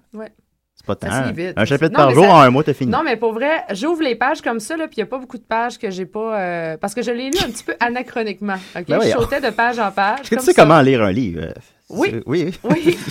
Speaker 3: C'est pas tant.
Speaker 5: Ça se lit
Speaker 3: hein.
Speaker 5: vite.
Speaker 3: Un chapitre
Speaker 5: Non,
Speaker 3: par
Speaker 5: mais
Speaker 3: jour
Speaker 5: ça-
Speaker 3: en un mois, t'as fini.
Speaker 5: Non, mais pour vrai, j'ouvre les pages comme ça, là, puis il n'y a pas beaucoup de pages que j'ai pas. euh, parce que je l'ai lu un petit peu anachroniquement.
Speaker 3: Ben
Speaker 5: OK? je
Speaker 3: voyons.
Speaker 5: sautais de page en page.
Speaker 3: Est-ce que
Speaker 5: comme
Speaker 3: tu sais
Speaker 5: ça.
Speaker 3: comment lire un livre? euh,
Speaker 5: Oui.
Speaker 3: c'est- Oui.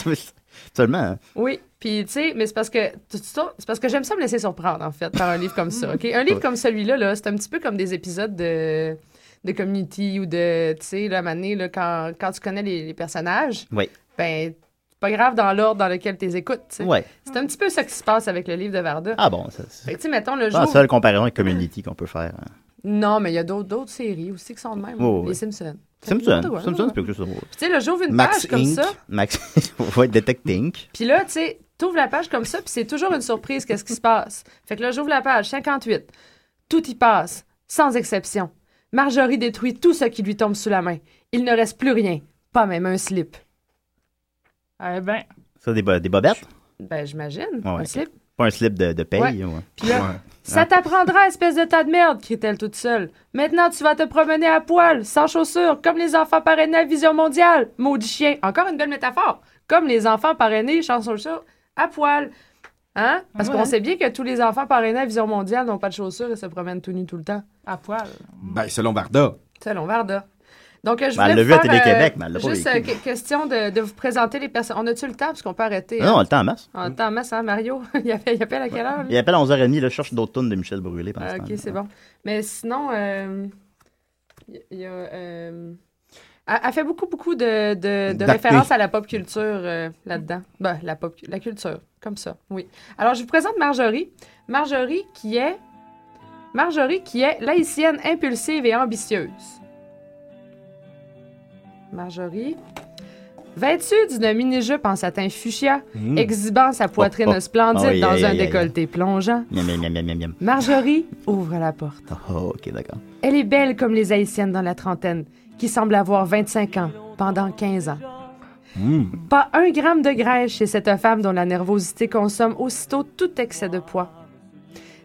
Speaker 5: Oui.
Speaker 3: Seulement. hein.
Speaker 5: Oui, puis tu sais, mais c'est parce que tu- tu- c'est parce que j'aime ça me laisser surprendre en fait par un livre comme ça. OK, un livre comme celui-là là, c'est un petit peu comme des épisodes de de community ou de tu sais la manée là quand, quand tu connais les, les personnages.
Speaker 3: Oui.
Speaker 5: Ben c'est pas grave dans l'ordre dans lequel tu les écoutes, tu sais.
Speaker 3: Ouais.
Speaker 5: C'est un petit peu ça qui se passe avec le livre de Varda.
Speaker 3: Ah bon, ça-
Speaker 5: Fait
Speaker 3: c'est
Speaker 5: que, tu sais, mettons le
Speaker 3: pas la
Speaker 5: jour.
Speaker 3: seule comparaison avec Community qu'on peut faire. hein.
Speaker 5: Non, mais il y a d'autres d'autres séries aussi qui sont de même.
Speaker 3: Oh, oui.
Speaker 5: Les Simpsons.
Speaker 3: Simpson.
Speaker 5: Ouais, ouais,
Speaker 3: Simpson,
Speaker 5: ouais.
Speaker 3: c'est plus que ça.
Speaker 5: Puis tu sais, le j'ouvre une
Speaker 6: Max
Speaker 5: page comme
Speaker 6: Inc.
Speaker 5: ça.
Speaker 3: Max, ouais, Detect Inc.
Speaker 5: Puis là, tu sais, t'ouvres la page comme ça, puis c'est toujours une surprise qu'est-ce qui se passe. Fait que là, j'ouvre la page, 58. Tout y passe, sans exception. Marjorie détruit tout ce qui lui tombe sous la main. Il ne reste plus rien, pas même un slip.
Speaker 4: Eh ben,
Speaker 3: Ça, des, bo- des bobettes?
Speaker 5: Ben, j'imagine,
Speaker 3: Ouais,
Speaker 5: un
Speaker 3: ouais.
Speaker 5: slip.
Speaker 3: Pas un slip de, de paye, ouais.
Speaker 5: Puis là,
Speaker 3: Hein?
Speaker 5: ça t'apprendra, espèce de tas de merde, crie-t-elle toute seule. Maintenant, tu vas te promener à poil, sans chaussures, comme les enfants parrainés à Vision Mondiale. Maudit chien. Encore une belle métaphore. Comme les enfants parrainés, sans chaussures, à poil. Hein? Parce
Speaker 3: Ah
Speaker 4: Ouais.
Speaker 5: qu'on sait bien que tous les enfants parrainés à Vision Mondiale n'ont pas de chaussures et se promènent tout nus tout le temps.
Speaker 4: à poil.
Speaker 6: Ben, selon Varda.
Speaker 5: Selon Varda. Donc, euh, je
Speaker 3: Ben,
Speaker 5: voulais
Speaker 3: elle l'a
Speaker 5: vous
Speaker 3: vu à
Speaker 5: faire,
Speaker 3: Télé-Québec, mais elle l'a pas
Speaker 5: Juste
Speaker 3: vécu.
Speaker 5: euh, que- question de, de vous présenter les personnes. On a-tu le temps? Parce qu'on peut arrêter.
Speaker 3: Non, on
Speaker 5: hein?
Speaker 3: a le temps en masse.
Speaker 5: En temps, masse, hein, Mario? il, appelle, il appelle à quelle heure? lui?
Speaker 3: Il appelle à 11h30, là, je cherche d'autres tonnes de Michel Brûlé pendant
Speaker 5: Mm. Ah,
Speaker 3: ce
Speaker 5: ok,
Speaker 3: temps-là.
Speaker 5: c'est bon. Mais sinon, euh, il y a. euh, elle, elle fait beaucoup, beaucoup de, de- de
Speaker 6: D'acné.
Speaker 5: références à la pop culture euh, là-dedans. Ben, la pop, la culture, comme ça, oui. Alors, je vous présente Marjorie. Marjorie qui est. Marjorie qui est laïcienne impulsive et ambitieuse. Marjorie. Vêtue d'une mini-jupe en satin fuchsia,
Speaker 3: Hmm.
Speaker 6: Hmm.
Speaker 5: exhibant sa poitrine
Speaker 3: Oh, oh.
Speaker 5: splendide
Speaker 3: Oh, yeah,
Speaker 5: dans
Speaker 3: yeah,
Speaker 5: un
Speaker 3: yeah, yeah.
Speaker 5: décolleté plongeant,
Speaker 3: Miam, miam, miam, miam, miam, miam.
Speaker 5: Marjorie ouvre la porte.
Speaker 3: Oh, ok, d'accord.
Speaker 5: Elle est belle comme les Haïtiennes dans la trentaine, qui semblent avoir 25 ans pendant 15 ans.
Speaker 3: Hmm.
Speaker 5: Pas un gramme de graisse chez cette femme dont la nervosité consomme aussitôt tout excès de poids.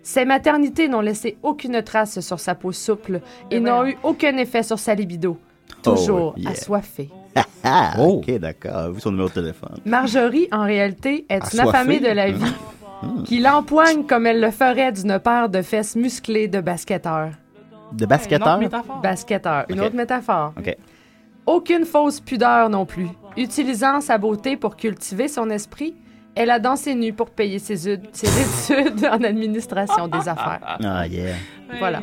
Speaker 5: Ses maternités n'ont laissé aucune trace sur sa peau souple et n'ont eu aucun effet sur sa libido, toujours
Speaker 3: Oh, yeah.
Speaker 5: assoiffée.
Speaker 3: Ah,
Speaker 6: Oh.
Speaker 3: ok, d'accord. Vous, son numéro de téléphone.
Speaker 5: Marjorie, en réalité, est une
Speaker 6: Assoiffée.
Speaker 5: affamée de
Speaker 3: Hein?
Speaker 5: la vie qui l'empoigne comme elle le ferait d'une paire de fesses musclées de basketteur.
Speaker 3: De
Speaker 4: Une autre
Speaker 3: basketteur?
Speaker 4: métaphore.
Speaker 5: Ben, Basketteur, une
Speaker 3: Ok.
Speaker 5: autre métaphore.
Speaker 3: Ok.
Speaker 5: Aucune fausse pudeur non plus. Utilisant sa beauté pour cultiver son esprit, elle a dansé nue pour payer ses, ud- ses études en administration des affaires.
Speaker 3: Ah, yeah.
Speaker 4: Ouais.
Speaker 5: Voilà.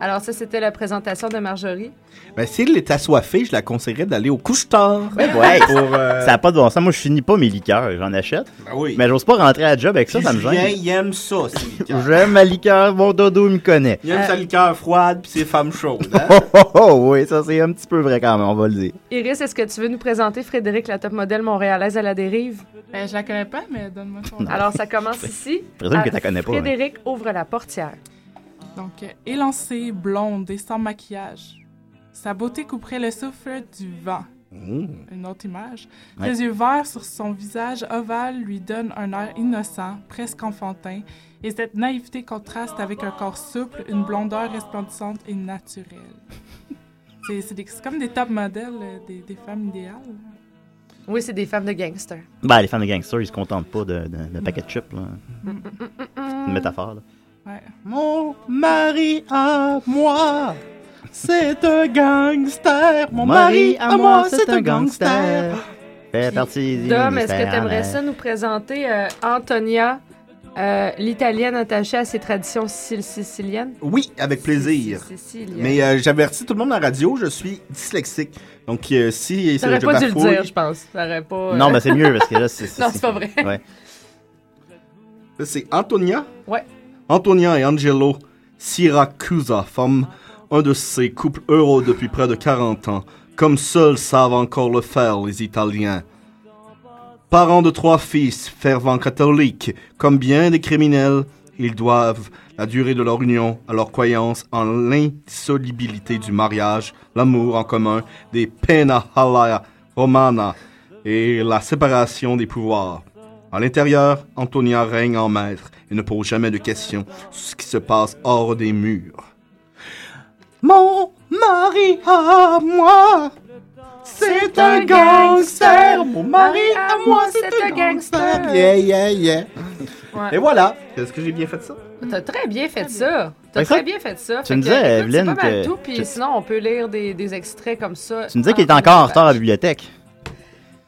Speaker 5: Alors ça, c'était la présentation de Marjorie.
Speaker 6: Ben, si elle est assoiffée, je la conseillerais d'aller au couche-tard.
Speaker 3: Ben ouais.
Speaker 6: Pour, euh,
Speaker 3: Ça n'a pas de bon sens. Moi, je finis pas mes liqueurs. J'en achète.
Speaker 6: ben oui.
Speaker 3: Mais j'ose pas rentrer à la job avec ça, ça me
Speaker 6: Julien,
Speaker 3: gêne.
Speaker 6: il aime ça, ses liqueurs.
Speaker 3: J'aime ma liqueur, mon dodo il me connaît.
Speaker 6: Il aime sa liqueur froide puis ses femmes chaudes. hein.
Speaker 3: Oh, oh, oh, oui, ça c'est un petit peu vrai quand même, on va le dire.
Speaker 5: Iris, est-ce que tu veux nous présenter Frédéric, la top modèle montréalaise à la dérive?
Speaker 4: Ben, je la connais pas, mais donne-moi son nom.
Speaker 5: Alors ça commence ici.
Speaker 3: Je présume que
Speaker 5: Ah,
Speaker 3: t'as connais pas, hein.
Speaker 5: Frédéric ouvre la portière.
Speaker 4: Donc, euh, élancée, blonde et sans maquillage. Sa beauté couperait le souffle du vent. Une autre image.
Speaker 3: Ouais.
Speaker 4: Ses yeux verts sur son visage ovale lui donnent un air innocent, presque enfantin, et cette naïveté contraste avec un corps souple, une blondeur resplendissante et naturelle. C'est- C'est des- c'est comme des top modèles euh, des, des femmes idéales.
Speaker 5: Oui, c'est des femmes de gangsters.
Speaker 3: Ben, les fans de gangsters, ils se contentent pas de, de, de paquet de chips, là. C'est une métaphore, là.
Speaker 4: Ouais.
Speaker 6: Mon mari à Ah, moi, c'est un gangster. Mon mari à moi, c'est un gangster.
Speaker 3: Fait partie du
Speaker 5: Dom, est-ce que
Speaker 3: ministère,
Speaker 5: tu aimerais
Speaker 3: mais-
Speaker 5: ça nous présenter euh, Antonia, euh, l'italienne attachée à ses traditions sicil- siciliennes?
Speaker 6: Oui, avec plaisir.
Speaker 5: Si- si- sicilienne.
Speaker 6: Mais euh, j'avertis tout le monde à la radio, je suis dyslexique. Donc euh, si
Speaker 5: T'aurais
Speaker 6: je
Speaker 5: pas dû le
Speaker 6: bafouille-
Speaker 5: dire, je pense. T'aurais pas. euh,
Speaker 3: Non, mais c'est mieux parce que là, c'est.
Speaker 5: Non, c'est pas vrai.
Speaker 3: Ouais.
Speaker 6: c'est Antonia.
Speaker 5: Ouais.
Speaker 6: Antonia et Angelo Siracusa forment un de ces couples heureux depuis près de 40 ans, comme seuls savent encore le faire les Italiens. Parents de trois fils, fervents catholiques, comme bien des criminels, ils doivent la durée de leur union à leur croyance en l'indissolubilité du mariage, l'amour en commun, des pena halaya romana et la séparation des pouvoirs. À l'intérieur, Antonia règne en maître et ne pose jamais de questions sur ce qui se passe hors des murs. Mon mari à moi, c'est un gangster. Mon mari à moi, c'est un gangster. Yeah, yeah, yeah.
Speaker 5: Ouais.
Speaker 6: Et voilà. Est-ce que j'ai bien fait ça?
Speaker 3: Ben,
Speaker 5: T'as très bien fait ça.
Speaker 3: Fait
Speaker 5: T'as
Speaker 3: que ça,
Speaker 5: très bien fait ça. Fait
Speaker 3: me
Speaker 5: que,
Speaker 3: disais,
Speaker 5: écoute,
Speaker 3: Evelyne,
Speaker 5: C'est pas mal
Speaker 3: que-
Speaker 5: tout, puis
Speaker 3: tu-
Speaker 5: sinon, on peut lire des, des extraits comme ça. Ah, ben,
Speaker 3: Tu me disais qu'il était encore en retard à la bibliothèque.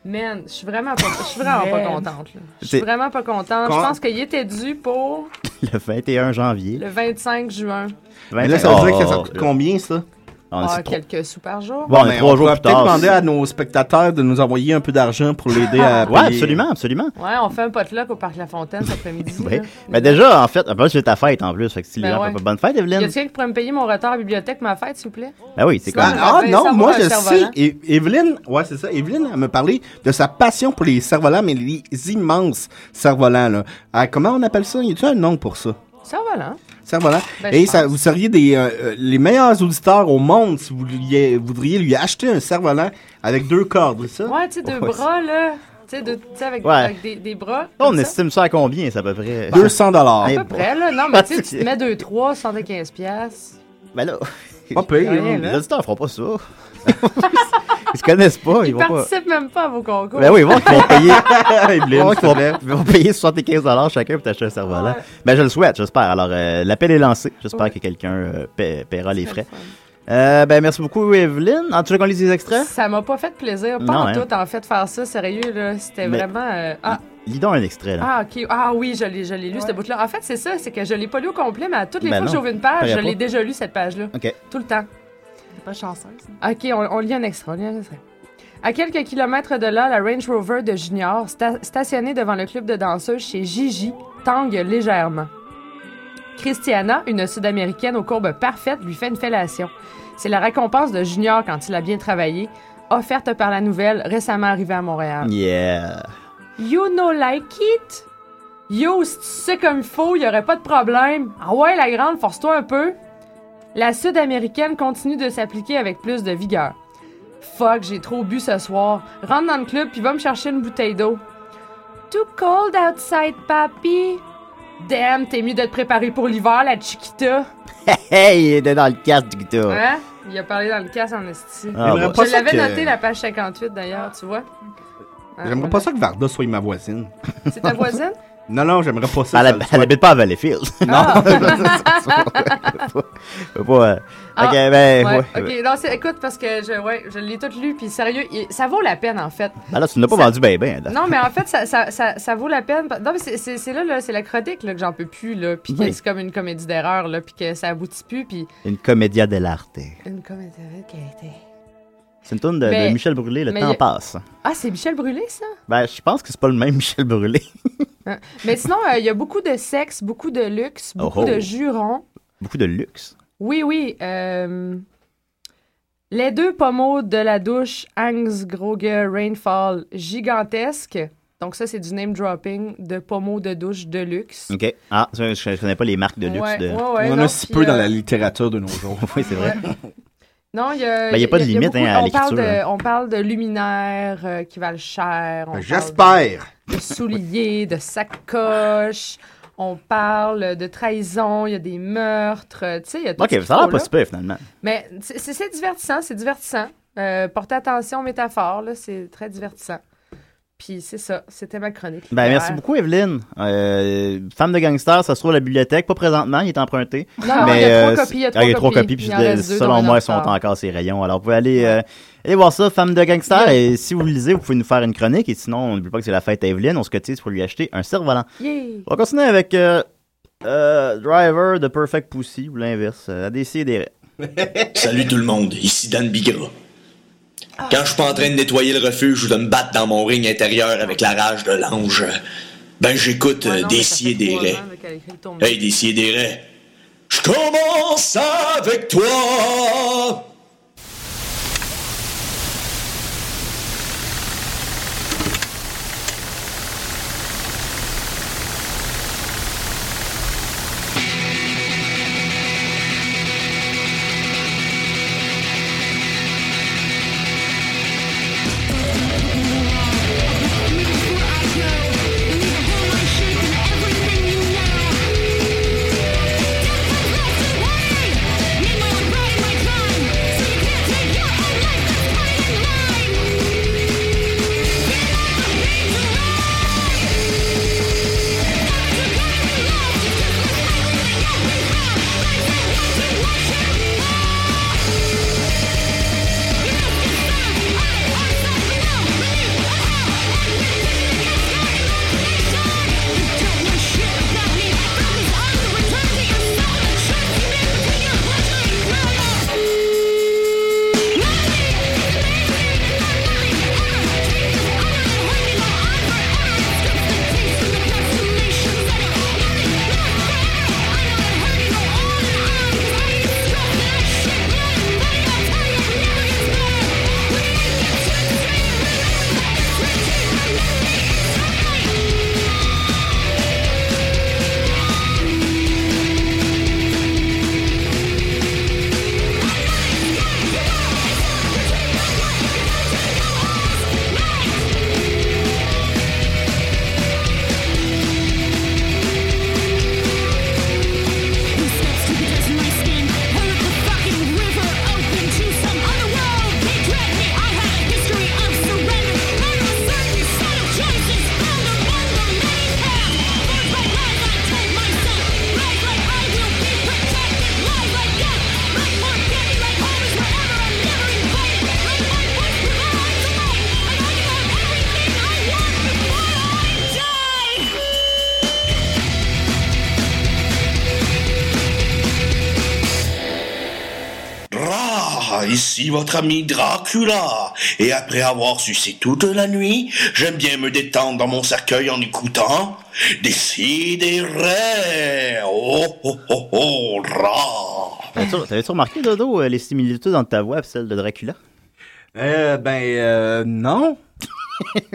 Speaker 5: Man, je suis vraiment pas, je suis vraiment pas contente. là. Je suis
Speaker 3: C'est-
Speaker 5: vraiment pas contente. Je
Speaker 6: Quand-
Speaker 5: pense qu'il était dû pour
Speaker 3: Le 21 janvier.
Speaker 5: le 25 juin.
Speaker 6: Mais là, ça veut dire que ça
Speaker 3: Oh,
Speaker 6: coûte combien, ça?
Speaker 3: On est
Speaker 5: Ah,
Speaker 3: sur trois-
Speaker 5: quelques sous par jour.
Speaker 3: Bon, on est
Speaker 6: Mais
Speaker 3: trois jours
Speaker 6: pourrait
Speaker 3: plus
Speaker 6: peut-être
Speaker 3: tard.
Speaker 6: demander à nos spectateurs de nous envoyer un peu d'argent pour l'aider à
Speaker 3: Ah, Ouais,
Speaker 6: payer.
Speaker 3: absolument, absolument.
Speaker 5: Ouais, on fait un potluck au Parc La Fontaine cet après-midi.
Speaker 3: Oui.
Speaker 5: là.
Speaker 3: Mais déjà, en fait, en plus, c'est ta fête en plus. Fait que si les
Speaker 5: Ben
Speaker 3: gens
Speaker 5: ouais.
Speaker 3: font pas bonne fête,
Speaker 5: Y a
Speaker 3: Evelyne.
Speaker 5: quelqu'un qui pourrait me payer mon retard à la bibliothèque, ma fête, s'il vous plaît?
Speaker 3: Ben oui, c'est
Speaker 5: Sinon,
Speaker 3: quoi?
Speaker 5: je
Speaker 6: Ah,
Speaker 5: vais faire ça
Speaker 6: non,
Speaker 5: pour
Speaker 6: moi
Speaker 5: un
Speaker 6: je sais.
Speaker 5: cerf-volant.
Speaker 6: Et, Evelyne, ouais, c'est ça. Evelyne, elle me parlait de sa passion pour les cerfs-volants, mais les immenses cerfs-volants, là. Ah, comment on appelle ça? Y a-tu un nom pour ça?
Speaker 5: Cerf-volant.
Speaker 6: Cerf-volant.
Speaker 5: Ben, je
Speaker 6: Et ça,
Speaker 5: pense.
Speaker 6: vous seriez des, euh, euh, les meilleurs auditeurs au monde si vous lui- voudriez lui acheter un cerf-volant avec deux cordes, c'est ça?
Speaker 5: Ouais, tu sais, deux
Speaker 3: Ouais.
Speaker 5: bras, là. Tu sais, de- tu sais, avec,
Speaker 3: Ouais.
Speaker 5: avec des, des bras.
Speaker 3: Là, on
Speaker 5: comme ça.
Speaker 3: estime ça à combien, c'est à peu près?
Speaker 6: 200 dollars.
Speaker 3: Eh,
Speaker 5: À peu près, là. Non, mais tu sais, tu te
Speaker 3: Ok.
Speaker 5: mets deux, trois, 115 piastres.
Speaker 3: Ben là,
Speaker 6: Pas pire.
Speaker 5: Ouais,
Speaker 6: hein.
Speaker 5: là.
Speaker 3: les auditeurs feront pas ça. ils se connaissent pas, ils,
Speaker 5: Ils
Speaker 3: vont pas.
Speaker 5: participent même pas à vos concours.
Speaker 3: Ben oui, ils vont qu'ils vont payer.
Speaker 6: Hey,
Speaker 3: ils
Speaker 6: Blin,
Speaker 3: vont
Speaker 6: s'il
Speaker 3: qu'ils
Speaker 6: te plaît.
Speaker 3: vont- ils vont payer 75 chacun pour t'acheter un cerf-volant.
Speaker 5: Ouais.
Speaker 3: Ben je le souhaite, j'espère. Alors euh, l'appel est lancé. J'espère
Speaker 5: Ouais.
Speaker 3: que quelqu'un euh, paie- paiera les
Speaker 5: C'est
Speaker 3: frais.
Speaker 5: le fun.
Speaker 3: Euh, ben merci beaucoup Evelyne. En tout cas, qu'on lise les extraits.
Speaker 5: Ça m'a pas fait plaisir, pas
Speaker 3: Non,
Speaker 5: en
Speaker 3: hein.
Speaker 5: tout, en fait, faire ça, sérieux, là. C'était
Speaker 3: Mais-
Speaker 5: vraiment... euh, ah,
Speaker 3: Lis donc un extrait là.
Speaker 5: ah, OK. Ah oui, je l'ai je l'ai lu, ce bout-là. En fait, c'est ça, c'est que je l'ai pas lu au complet, mais à toutes les
Speaker 3: Ben
Speaker 5: fois que
Speaker 3: non,
Speaker 5: j'ouvre une page, je
Speaker 3: paraît
Speaker 5: l'ai
Speaker 3: pas.
Speaker 5: déjà lu, cette page-là.
Speaker 3: Ok.
Speaker 5: Tout le temps.
Speaker 4: Pas chanceuse. hein.
Speaker 5: OK, on, on lit un extra, on lit un extra. À quelques kilomètres de là, la Range Rover de Junior, sta- stationnée devant le club de danseuses chez Gigi, tangue légèrement. Christiana, une Sud-Américaine aux courbes parfaites, lui fait une fellation. C'est la récompense de Junior quand il a bien travaillé, offerte par la nouvelle récemment arrivée à Montréal.
Speaker 3: Yeah.
Speaker 5: You know like it? Yo, si tu sais comme il faut, y aurait pas de problème. Ah ouais, la grande, force-toi un peu. La sud-américaine continue de s'appliquer avec plus de vigueur. Fuck, j'ai trop bu ce soir. Rentre dans le club puis va me chercher une bouteille d'eau. Too cold outside, papi. Damn, t'es mieux de te préparer pour l'hiver, la chiquita.
Speaker 3: Hey, il est dans le casque du guitar.
Speaker 5: Hein? Il a parlé dans le casse en esti.
Speaker 3: Ah,
Speaker 6: J'aimerais
Speaker 3: bah.
Speaker 6: pas
Speaker 5: Je
Speaker 6: ça
Speaker 5: l'avais
Speaker 6: que-
Speaker 5: noté, la page 58, d'ailleurs, tu vois. Hein,
Speaker 6: J'aimerais pas
Speaker 5: voilà.
Speaker 6: ça que Varda soit ma voisine.
Speaker 5: Ah, C'est ta voisine?
Speaker 6: Non, non, j'aimerais pas ça.
Speaker 3: Elle,
Speaker 6: ça
Speaker 3: hab-
Speaker 6: le soit.
Speaker 3: elle habite pas à Valleyfield.
Speaker 5: Ah.
Speaker 3: Faut pas, euh,
Speaker 5: Ah,
Speaker 3: ok, ben,
Speaker 5: Ouais,
Speaker 3: ouais.
Speaker 5: ok, non, c'est- écoute, parce que je, ouais, je l'ai tout lu, puis sérieux, il- ça vaut la peine, en fait.
Speaker 3: Ben là, tu n'as pas
Speaker 5: Ça-
Speaker 3: vendu ben ben. là.
Speaker 5: Non, mais en fait, ça, ça, ça, ça vaut la peine. Non, mais c'est- c'est c'est là, là c'est la chronique là, que j'en peux plus, là, puis que
Speaker 3: Oui.
Speaker 5: c'est comme une comédie d'erreur, là, puis que ça aboutit plus, puis
Speaker 3: Une comédia dell'arte.
Speaker 5: une comédie d'erreur qui a été...
Speaker 3: C'est une tourne de, de
Speaker 5: Mais-
Speaker 3: Michel Brûlé, le
Speaker 5: Ben, mais
Speaker 3: temps
Speaker 5: y a-
Speaker 3: passe.
Speaker 5: Ah, c'est Michel Brûlé, ça?
Speaker 3: Ben, je pense que c'est pas le même Michel Brûlé.
Speaker 5: Hein. Mais sinon, euh, il y a beaucoup de sexe, beaucoup de luxe,
Speaker 3: Oh,
Speaker 5: beaucoup
Speaker 3: oh.
Speaker 5: de jurons.
Speaker 3: Beaucoup de luxe.
Speaker 5: Oui, oui, euh, Les deux pommeaux de la douche, Angst, Groge, Rainfall, gigantesque. Donc ça, c'est du name dropping de pommeaux de douche de luxe.
Speaker 3: OK. Ah, ça, je, je connais pas les marques de luxe.
Speaker 5: Ouais,
Speaker 3: de...
Speaker 5: ouais, ouais,
Speaker 6: On en
Speaker 5: non,
Speaker 6: a si
Speaker 5: puis,
Speaker 6: peu dans
Speaker 5: euh,
Speaker 6: la littérature de nos jours.
Speaker 3: Oui, c'est vrai.
Speaker 5: Non, il y a...
Speaker 3: Ben, il y a pas de limite,
Speaker 5: beaucoup-
Speaker 3: hein, à
Speaker 5: on parle
Speaker 3: l'écriture,
Speaker 5: de, on parle de luminaires euh, qui valent cher. on parle
Speaker 6: J'espère.
Speaker 5: de souliers, de sacoches. On parle de trahison, il y a des meurtres, euh, tu sais, il y a tout
Speaker 3: OK,
Speaker 5: ce qu'il
Speaker 3: ça a l'air
Speaker 5: faut,
Speaker 3: pas
Speaker 5: là.
Speaker 3: super, finalement.
Speaker 5: Mais c'est- c'est c'est divertissant, c'est divertissant. Euh, portez attention aux métaphores, là, c'est très divertissant. Puis c'est ça, c'était ma chronique.
Speaker 3: Ben, merci
Speaker 5: littéraire.
Speaker 3: beaucoup, Evelyne. Euh, femme de gangster, ça se trouve à la bibliothèque. Pas présentement, il est emprunté.
Speaker 5: Non, non, il y
Speaker 3: Mais,
Speaker 5: a
Speaker 3: euh,
Speaker 5: trois copies, il y a
Speaker 3: ah,
Speaker 5: trois copies.
Speaker 3: puis
Speaker 5: Il en reste deux dans
Speaker 3: selon
Speaker 5: mes
Speaker 3: moi, elles sont
Speaker 5: affaires.
Speaker 3: encore ces rayons. Alors, vous pouvez aller, euh, aller voir ça, Femme de gangster. Et si vous le lisez, vous pouvez nous faire une chronique. Et sinon, on n'oublie pas que c'est la fête à Evelyne. On se cotise pour lui acheter un cerf-volant.
Speaker 5: Yeah.
Speaker 3: On va continuer avec euh, euh, Driver de Perfect Pussy ou l'inverse. euh, À décider des
Speaker 2: Salut tout le monde, ici Dan Bigra. Quand je suis pas en train de nettoyer le refuge ou de me battre dans mon ring intérieur avec la rage de l'ange, ben j'écoute
Speaker 5: Ouais,
Speaker 2: euh,
Speaker 5: non, mais
Speaker 2: des
Speaker 5: ça fait
Speaker 2: si et des
Speaker 5: trois
Speaker 2: raies.
Speaker 5: ans, là, qu'elle écrit le tourne-
Speaker 2: Hey, des et des raies. Je commence avec toi.
Speaker 7: Meanwhile, I'm biding my time. Ah, ici votre ami Dracula. Et après avoir sucé toute la nuit, j'aime bien me détendre dans mon cercueil en écoutant des Oh, oh, oh, oh, rah.
Speaker 3: T'avais-tu t'avais-tu remarqué, Dodo, euh, les similitudes entre ta voix et celle de Dracula?
Speaker 6: Euh, ben, euh, non.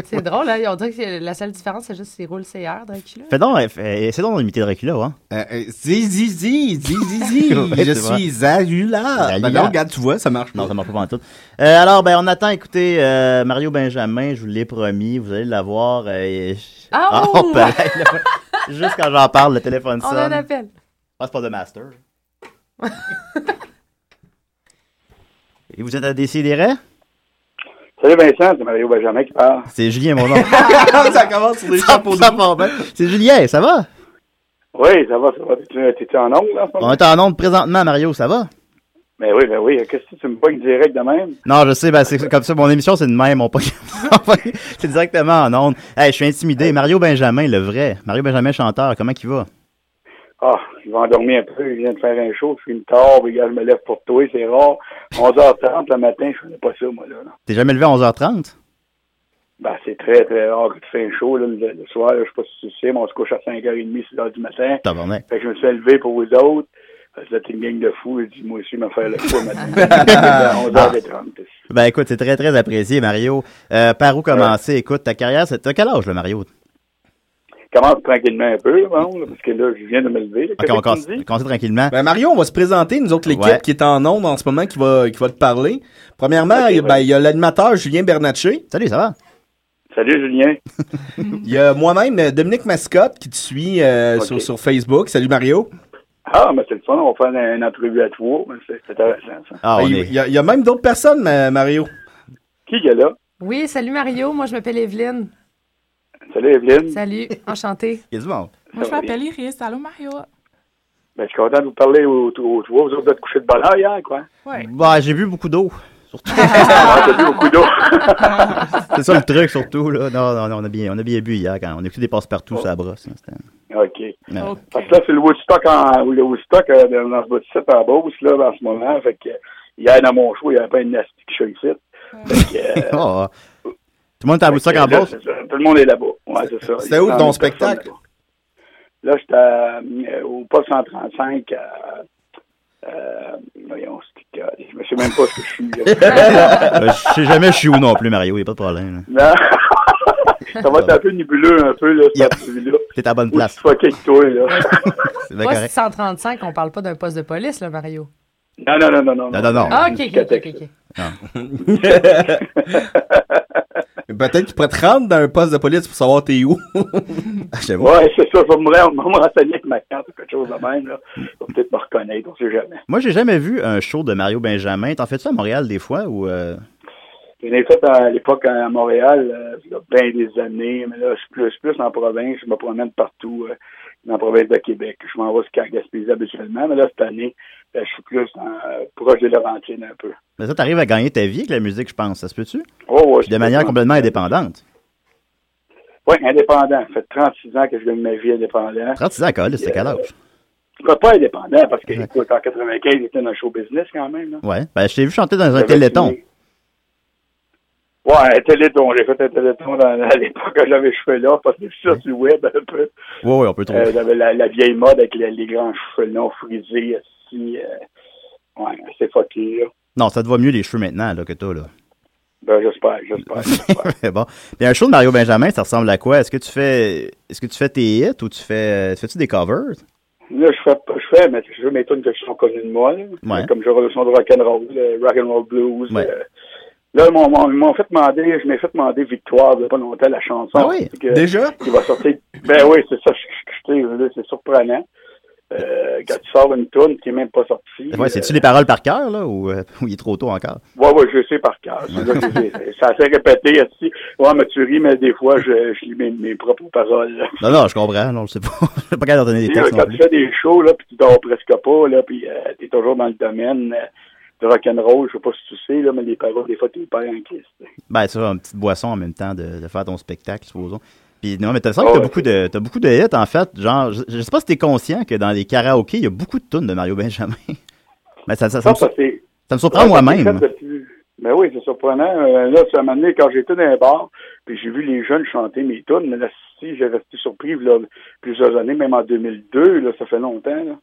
Speaker 5: C'est drôle, hein? On dirait que la seule différence, c'est juste ses rôles CR, Dracula.
Speaker 3: Fais donc, euh, fais- essaie donc d'imiter Dracula, hein?
Speaker 6: Euh, euh, zi, zi, zi, zi, zi, zi.
Speaker 3: Ouais,
Speaker 6: je
Speaker 3: c'est vrai.
Speaker 6: suis Zalula.
Speaker 3: Zalula.
Speaker 6: Ben non, regarde, tu vois, ça marche.
Speaker 3: Non,
Speaker 6: pas.
Speaker 3: ça marche pas en tout. Euh, alors, ben, on attend, écoutez, euh, Mario Benjamin, je vous l'ai promis, vous allez l'avoir. euh, et-
Speaker 5: Ah,
Speaker 3: Ah,
Speaker 5: oh!
Speaker 3: pareil, là. Juste quand j'en parle, le téléphone
Speaker 5: On
Speaker 3: sonne.
Speaker 5: a un appel.
Speaker 3: Ah, c'est pas de master. et vous êtes à décider?
Speaker 8: Salut Vincent, c'est Mario Benjamin qui parle.
Speaker 3: C'est Julien, mon nom.
Speaker 6: ça commence sur des chapeaux de
Speaker 3: Ça part bien. C'est Julien, ça va?
Speaker 8: Oui, ça va, ça va. T'es-tu t'es-tu en ongle, là, en ce moment?
Speaker 3: On est en onde présentement, Mario, ça va?
Speaker 8: Ben oui, ben oui. Qu'est-ce que tu me pognes direct de même?
Speaker 3: Non, je sais, ben, c'est comme ça, mon émission, c'est de même, on pas- C'est directement en onde. Hey, je suis intimidé. Mario Benjamin, le vrai. Mario Benjamin, chanteur, comment qu'il va?
Speaker 8: Ah, je vais endormir un peu. Je viens de faire un show, je suis une tard. Regarde, je me lève pour toi, c'est rare. 11h30 le matin, je ne pas ça, moi, là. là.
Speaker 3: T'es jamais levé à 11h30?
Speaker 8: Ben, c'est très, très rare que tu fais un show, là, le, le soir. là, je sais pas si tu sais, mais on se couche à 5h30, 6h du matin.
Speaker 3: Tabarnak.
Speaker 8: Fait que je me suis levé pour vous autres. Parce que Vous êtes une gang de fous. Je dis, moi aussi, je vais me faire le fou le matin. 11h30.
Speaker 3: Ah. Ben, écoute, c'est très, très apprécié, Mario. Euh, par où commencer? Écoute, ta carrière, c'est... T'as quel âge, le Mario?
Speaker 8: Commence tranquillement un peu, bon, là, parce que là, je viens de me lever. là.
Speaker 3: Ok,
Speaker 8: Qu'est-ce
Speaker 3: on
Speaker 8: que tu me
Speaker 3: commence
Speaker 8: dis?
Speaker 3: commence tranquillement.
Speaker 6: Ben Mario, on va se présenter, nous autres, l'équipe
Speaker 3: Ouais.
Speaker 6: qui est en ondes en ce moment, qui va, qui va te parler. Premièrement, il y a- ben, il y a l'animateur Julien Bernatchez.
Speaker 3: Salut, ça va?
Speaker 8: Salut, Julien.
Speaker 6: Il y a moi-même, euh, Dominique Mascotte, qui te suit euh,
Speaker 8: Ok.
Speaker 6: sur, sur Facebook. Salut Mario.
Speaker 8: Ah, mais c'est le fun, on va faire une entrevue à trois, mais c'est c'est intéressant ça.
Speaker 3: Ah,
Speaker 6: Ben,
Speaker 3: on
Speaker 6: il,
Speaker 3: est...
Speaker 6: il y a, il y a même d'autres personnes, ma- Mario.
Speaker 8: Qui est là?
Speaker 5: Oui, salut Mario, moi je m'appelle Evelyne.
Speaker 8: Salut Evelyne.
Speaker 5: Salut, enchantée.
Speaker 3: il y a du monde.
Speaker 4: Moi,
Speaker 8: Ah
Speaker 4: je m'appelle Iris. Allô, Mario?
Speaker 8: Ben, je suis content de vous parler aux, aux trois. Vous autres, vous êtes couchés de bonne heure hier, quoi.
Speaker 4: Ouais.
Speaker 3: Ben, j'ai bu beaucoup d'eau. Surtout.
Speaker 8: Ah, t'as bu beaucoup d'eau.
Speaker 3: c'est ça le truc, surtout, là. Non, non, non, on a bien, on a bien bu hier quand on a écouté des passe-partout sur la brosse. hein, c'était-
Speaker 8: OK.
Speaker 3: Ouais.
Speaker 4: OK.
Speaker 8: Parce que là, c'est le Woodstock, en, le Woodstock euh, dans ce bout en Beauce, là, en ce moment. Fait que, hier, dans mon show, il y avait pas une nasty qui ici. Fait que, euh,
Speaker 3: Oh, ah. Tout le monde est à bout de ça
Speaker 8: fait
Speaker 3: qu'en
Speaker 8: que là,
Speaker 3: bosse?
Speaker 8: c'est ça. Tout le monde est là-bas. Ouais, c'est ça.
Speaker 6: C'était où
Speaker 8: Il y a
Speaker 6: ton
Speaker 8: 100 000 personnes
Speaker 6: spectacle?
Speaker 8: là-bas. Là, j'étais à, euh, au poste 135 à. Euh, voyons, c'était- je me sais même pas ce que je suis. là.
Speaker 3: Euh, Je sais jamais je suis où non plus, Mario, il a pas de problème. là.
Speaker 8: Non. ça va être un peu nébuleux, un peu, là, cette
Speaker 3: Yeah.
Speaker 8: entrevue-là.
Speaker 3: T'es à la bonne
Speaker 8: Où tu
Speaker 3: place.
Speaker 8: fuckais avec toi, là.
Speaker 3: C'est bien
Speaker 5: Moi, c'est
Speaker 3: Ben, correct.
Speaker 5: 135, on parle pas d'un poste de police, là, Mario.
Speaker 8: Non, non, non, non, non.
Speaker 3: Non, non, non.
Speaker 5: Ah, ok, ok, ok, ok. ok.
Speaker 6: Peut-être qu'il pourrait te rendre dans un poste de police pour savoir t'es où. Ah.
Speaker 3: J'avoue.
Speaker 8: Ouais, c'est ça, je vais me re- me renseigner avec ma carte ou quelque chose de même, là. Je vais peut-être me reconnaître, on sait jamais.
Speaker 3: Moi, j'ai jamais vu un show de Mario Benjamin. T'en fais-tu à Montréal des fois ou euh,
Speaker 8: J'en ai fait à l'époque à Montréal, euh, il y a bien des années, mais là, je suis plus, plus en province, je me promène partout, euh, dans la province de Québec. Je m'en vais jusqu'à Gaspésie habituellement, mais là, cette année, ben, je suis plus en- proche de Laurentine un peu.
Speaker 3: Mais ça, t'arrives à gagner ta vie avec la musique, je pense. Ça se peut-tu?
Speaker 8: Oh, ouais,
Speaker 3: Puis de manière complètement indépendante.
Speaker 8: Oui, indépendant. Ça fait 36 ans que je gagne ma vie indépendant. Euh,
Speaker 3: 36 ans, Colis, c'est quel âge?
Speaker 8: Pourquoi pas indépendant? Parce que,
Speaker 3: Ouais.
Speaker 8: écoute, en 95, j'étais dans le show business quand même. Là.
Speaker 3: Ouais. Ben, je t'ai vu chanter dans un
Speaker 8: J'avais
Speaker 3: téléthon.
Speaker 8: signé- Ouais, un téléthon. J'ai fait un téléthon dans- à l'époque que j'avais les cheveux là, parce que sur du web un peu.
Speaker 3: Ouais, ouais, on peut
Speaker 8: Euh,
Speaker 3: trouver.
Speaker 8: j'avais la, la vieille mode avec les, les grands cheveux longs frisés, assis. euh, ouais, c'est fucké, là.
Speaker 3: Non, ça te va mieux les cheveux maintenant là, que toi, là.
Speaker 8: Ben, j'espère, j'espère, j'espère.
Speaker 3: Mais bon. Puis un show de Mario Benjamin, ça ressemble à quoi? Est-ce que tu fais est-ce que tu fais tes hits ou tu fais tu fais-tu des covers?
Speaker 8: Là, je fais, je fais, mais je veux mes tunes que je suis connu de moi, là.
Speaker 3: Ouais.
Speaker 8: Comme genre le son de rock'n'roll, le rock'n'roll blues.
Speaker 3: Ouais.
Speaker 8: euh, là, ils m'ont- m'ont- ils m'ont fait demander, je m'ai fait demander Victoire, il y a pas longtemps, la chanson.
Speaker 3: Ah oui,
Speaker 8: que-
Speaker 6: Déjà?
Speaker 8: qui va sortir. Ben oui, c'est ça, je- je- je- je veux dire, c'est surprenant. Euh, quand tu sors une toune qui n'est même pas sortie.
Speaker 3: Ouais, c'est-tu les paroles par cœur là ou, euh, ou il est trop tôt encore?
Speaker 8: euh, ouais, ouais, je sais par cœur. C'est là que j'ai- Ça s'est répété aussi. Ouais, mais tu ris, mais des fois, je, je lis mes, mes propres paroles. là.
Speaker 3: Non, non, je comprends, non, je sais pas. Je sais pas capable d'en donner des
Speaker 8: Puis, euh,
Speaker 3: textes
Speaker 8: Quand
Speaker 3: non
Speaker 8: tu
Speaker 3: plus.
Speaker 8: fais des shows, là, puis tu dors presque pas, là, puis euh, t'es toujours dans le domaine euh, du rock'n'roll, je sais pas si tu sais, là, mais les paroles, des fois, tu les perds en crise.
Speaker 3: Ben, tu vois, une petite boisson en même temps de, de faire ton spectacle, supposons. Puis, non, mais t'as l'impression
Speaker 8: Ah
Speaker 3: que t'as
Speaker 8: ouais.
Speaker 3: beaucoup, de- t'as beaucoup de hits, en fait. Genre, je, je sais pas si t'es conscient que dans les karaokés, il y a beaucoup de tunes de Mario Benjamin. Mais Ben, ça, ça, ça
Speaker 8: Ça,
Speaker 3: me,
Speaker 8: ça, c'est
Speaker 3: Ça me surprend moi-même.
Speaker 8: Mais Ben oui, c'est surprenant. Euh, là, ça m'a amené quand j'étais dans un bar, puis j'ai vu les jeunes chanter mes tunes. Mais là, si, j'ai resté surpris là, plusieurs années, même en 2002, là, ça fait longtemps. Là.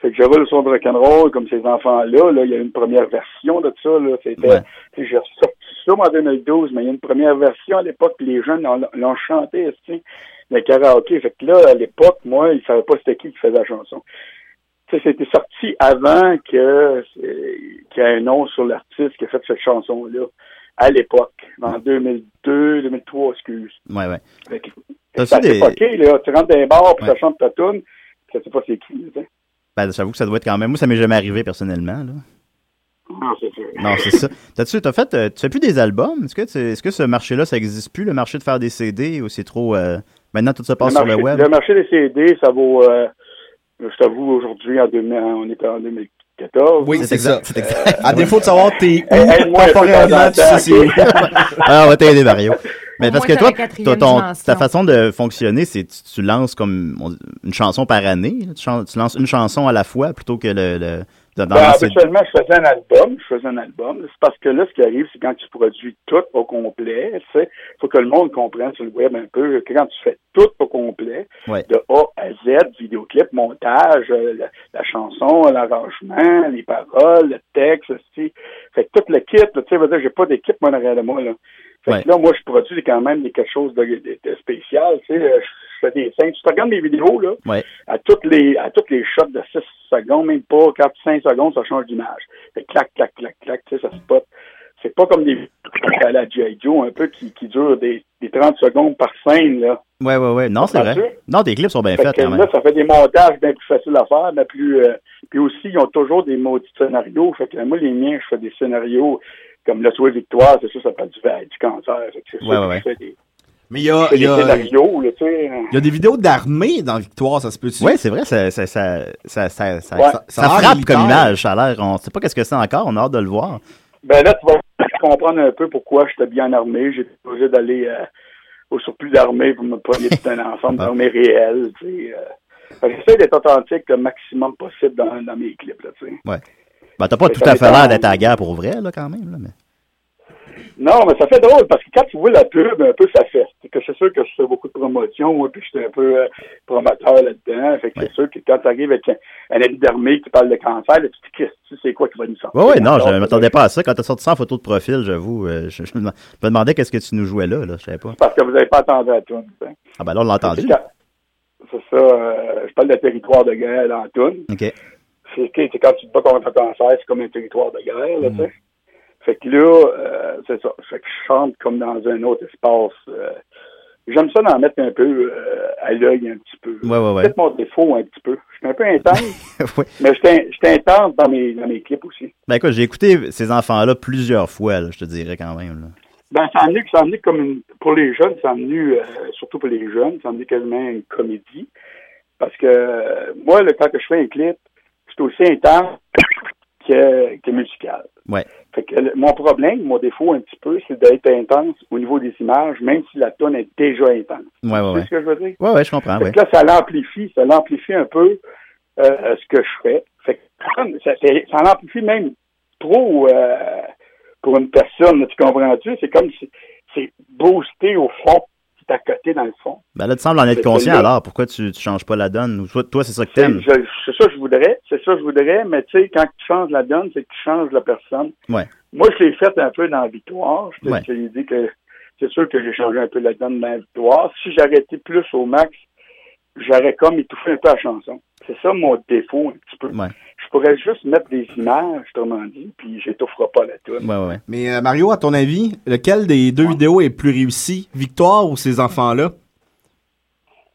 Speaker 8: Fait que j'avais le son de rock'n'roll, comme ces enfants-là, là, il y a une première version de ça, là. C'était,
Speaker 3: Ouais.
Speaker 8: tu sais, j'ai ressorti ça moi, en 2012, mais il y a une première version à l'époque, puis les jeunes l'ont- l'ont chanté, tu sais, le karaoké. Fait que là, à l'époque, moi, ils savaient pas c'était qui qui faisait la chanson. Tu sais, c'était sorti avant que, euh, qu'il y ait un nom sur l'artiste qui a fait cette chanson-là. À l'époque. En 2002, 2003, excuse.
Speaker 3: Ouais, ouais.
Speaker 8: Fait que,
Speaker 3: T'as-tu
Speaker 8: ça,
Speaker 3: des-
Speaker 8: c'est fucké, là. Tu rentres dans un bar, puis
Speaker 3: Ouais.
Speaker 8: ça chante ta tune, tu sais pas c'est qui, tu sais.
Speaker 3: Ben, j'avoue que ça doit être quand même. Moi, ça m'est jamais arrivé personnellement. Là.
Speaker 8: Non, c'est sûr.
Speaker 3: Non, c'est ça. T'as-tu, t'as fait, euh, tu fais plus des albums? Est-ce que, tu- est-ce que ce marché-là, ça existe plus, le marché de faire des CD, ou c'est trop. euh, Maintenant, tout se passe sur
Speaker 8: marché,
Speaker 3: le web?
Speaker 8: marché des CD, ça vaut, euh, je t'avoue, aujourd'hui, en 2000, on est en 2014.
Speaker 6: Oui,
Speaker 3: C'est exact. C'est exact.
Speaker 6: À défaut de savoir t'es
Speaker 8: Eh, eh,
Speaker 6: où
Speaker 8: moi, je
Speaker 6: temporairement, tu
Speaker 8: fais dans
Speaker 6: sais
Speaker 8: le
Speaker 6: c'est...
Speaker 3: Alors, Ah, on va t'aider, Mario. Mais
Speaker 5: Au
Speaker 3: parce
Speaker 5: moins,
Speaker 3: que
Speaker 5: t'as
Speaker 3: toi,
Speaker 5: la quatrième
Speaker 3: t'as ton-
Speaker 5: dimension.
Speaker 3: ta façon de fonctionner, c'est tu, tu lances comme on- une chanson par année. là. Tu, chan- tu lances une chanson à la fois plutôt que le. le- dans- dans
Speaker 8: Ben,
Speaker 3: le-
Speaker 8: habituellement, je faisais un album, je faisais un album. C'est parce que là, ce qui arrive, c'est quand tu produis tout au complet, tu sais, faut que le monde comprenne sur le web un peu que quand tu fais tout au complet,
Speaker 3: Ouais.
Speaker 8: de A à Z, vidéoclip, montage, euh, la, la chanson, l'arrangement, les paroles, le texte, aussi. Fait que tout le kit, là, tu sais, veut dire, j'ai pas d'équipe, moi, derrière de moi, là. Fait
Speaker 3: Ouais.
Speaker 8: que là, moi, je produis quand même des- quelque chose de, de- de spécial, tu sais, euh, je fais des scènes. Tu te regardes mes vidéos, là,
Speaker 3: Ouais.
Speaker 8: à toutes les à toutes les shots de 6 secondes, même pas 4 5 secondes, ça change d'image. Fait clac clac clac clac, tu sais ça spot. C'est pas comme des à la G.I. Joe un peu qui, qui dure des, des 30 secondes par scène là.
Speaker 3: Ouais, ouais, ouais. Non, c'est
Speaker 8: Comprends-tu?
Speaker 3: vrai. Non, tes clips sont bien
Speaker 8: Fait
Speaker 3: faits
Speaker 8: que
Speaker 3: quand
Speaker 8: là
Speaker 3: même.
Speaker 8: ça fait des montages bien plus faciles à faire, mais plus euh, puis aussi ils ont toujours des maudits scénarios. Fait que moi les miens je fais des scénarios comme le soir victoire, c'est sûr ça parle du, du cancer. Fait que c'est sûr
Speaker 3: Ouais,
Speaker 8: que
Speaker 3: ouais,
Speaker 8: je fais des,
Speaker 6: Mais il y a,
Speaker 8: je fais
Speaker 6: il y,
Speaker 8: des
Speaker 6: a, il
Speaker 8: scénarios là, tu sais.
Speaker 6: y a des vidéos d'armée dans Victoire, ça se peut-tu?
Speaker 3: Ouais, c'est vrai, ça, ça, ça, ça, ça, ça,
Speaker 8: Ouais.
Speaker 3: ça- ça
Speaker 6: Ça a l'air
Speaker 3: frappe
Speaker 6: militaire.
Speaker 3: comme image, ça a l'air. On sait pas qu'est-ce que c'est encore, on a hâte de le voir.
Speaker 8: Ben là, tu vas comprendre un peu pourquoi j'étais bien en armée. J'étais obligé d'aller euh, au surplus d'armée pour me pogner tout un ensemble d'armées réelles. tu sais, euh. Fait que J'essaie d'être authentique le maximum possible dans, dans mes clips. Là, tu sais.
Speaker 3: Ben, t'as pas
Speaker 8: Mais
Speaker 3: tout
Speaker 8: ça
Speaker 3: à fait
Speaker 8: dépend.
Speaker 3: l'air d'être à la guerre pour vrai, là, quand même. Là, mais...
Speaker 8: non, Ah, mais ça fait drôle parce que quand tu vois la pub, un peu ça fait. C'est que c'est sûr que je fais beaucoup de promotion, moi, puis j'étais un peu euh, promoteur là-dedans. Fait que c'est sûr que quand tu arrives avec un, un ami d'armée qui parle de cancer, là, tu te dis Christ, c'est quoi qui va nous sortir?
Speaker 3: Ouais, ouais, non, je
Speaker 8: Alors,
Speaker 3: m'attendais pas à ça. Quand t'as sorti ça en photo de profil, j'avoue, euh, je, je me demand- je me demandais qu'est-ce que tu nous jouais là, là, je savais pas.
Speaker 8: Parce que vous n'avez pas attendu à tout. tu sais.
Speaker 3: Ah ben là, on l'a entendu.
Speaker 8: C'est quand- c'est ça. euh, je parle de territoire de guerre dans Toune.
Speaker 3: OK.
Speaker 8: C'est que- c'est quand tu te bats contre un cancer, c'est comme un territoire de guerre, là, tu sais. Fait que là, euh, c'est ça. Fait que je chante comme dans un autre espace. euh, J'aime ça d'en mettre un peu euh, à l'œil, un petit peu.
Speaker 3: Ouais, ouais, ouais.
Speaker 8: Peut-être mon défaut, un petit peu. Je suis un peu intense,
Speaker 3: Ouais.
Speaker 8: mais je suis in- je suis intense dans mes, dans mes clips aussi.
Speaker 3: Ben écoute, j'ai écouté ces enfants-là plusieurs fois, là, je te dirais quand même. là.
Speaker 8: Ben, ça a amené, ça a amené comme une, pour les jeunes, ça a amené, euh, surtout pour les jeunes, ça a amené quasiment une comédie. Parce que euh, moi, le temps que je fais un clip, c'est aussi intense que, que musical.
Speaker 3: Ouais.
Speaker 8: Fait que le- mon problème, mon défaut un petit peu, c'est d'être intense au niveau des images, même si la tonne est déjà intense.
Speaker 3: Ouais, ouais,
Speaker 8: C'est
Speaker 3: ouais.
Speaker 8: ce que je veux dire?
Speaker 3: Ouais, ouais, je comprends,
Speaker 8: Fait
Speaker 3: ouais.
Speaker 8: que là, ça l'amplifie, ça l'amplifie un peu euh, ce que je fais. Fait que ça, c'est- ça l'amplifie même trop euh, pour une personne, tu comprends-tu? C'est comme si c'est boosté au fond, c'est à côté dans le fond.
Speaker 3: Ben là, tu sembles en être
Speaker 8: C'est
Speaker 3: conscient,
Speaker 8: celui-là.
Speaker 3: alors pourquoi tu, tu changes pas la donne? Ou toi, toi, c'est ça que
Speaker 8: C'est
Speaker 3: t'aimes?
Speaker 8: je- c'est ça que je voudrais, c'est ça que je voudrais, mais tu sais, quand tu changes la donne, c'est que tu changes la personne.
Speaker 3: Ouais.
Speaker 8: Moi, je l'ai fait un peu dans la victoire. Je te
Speaker 3: Ouais.
Speaker 8: je te l'ai dit que c'est sûr que j'ai changé un peu la donne dans la victoire. Si j'avais été plus au max, j'aurais comme étouffé un peu la chanson. C'est ça mon défaut un petit peu.
Speaker 3: Ouais.
Speaker 8: Je pourrais juste mettre des images, autrement dit, puis j'étoufferai pas la
Speaker 3: Ouais,
Speaker 8: tune.
Speaker 3: ouais, ouais.
Speaker 6: Mais euh, Mario, à ton avis, lequel des deux vidéos est plus réussi? Victoire ou ces enfants-là?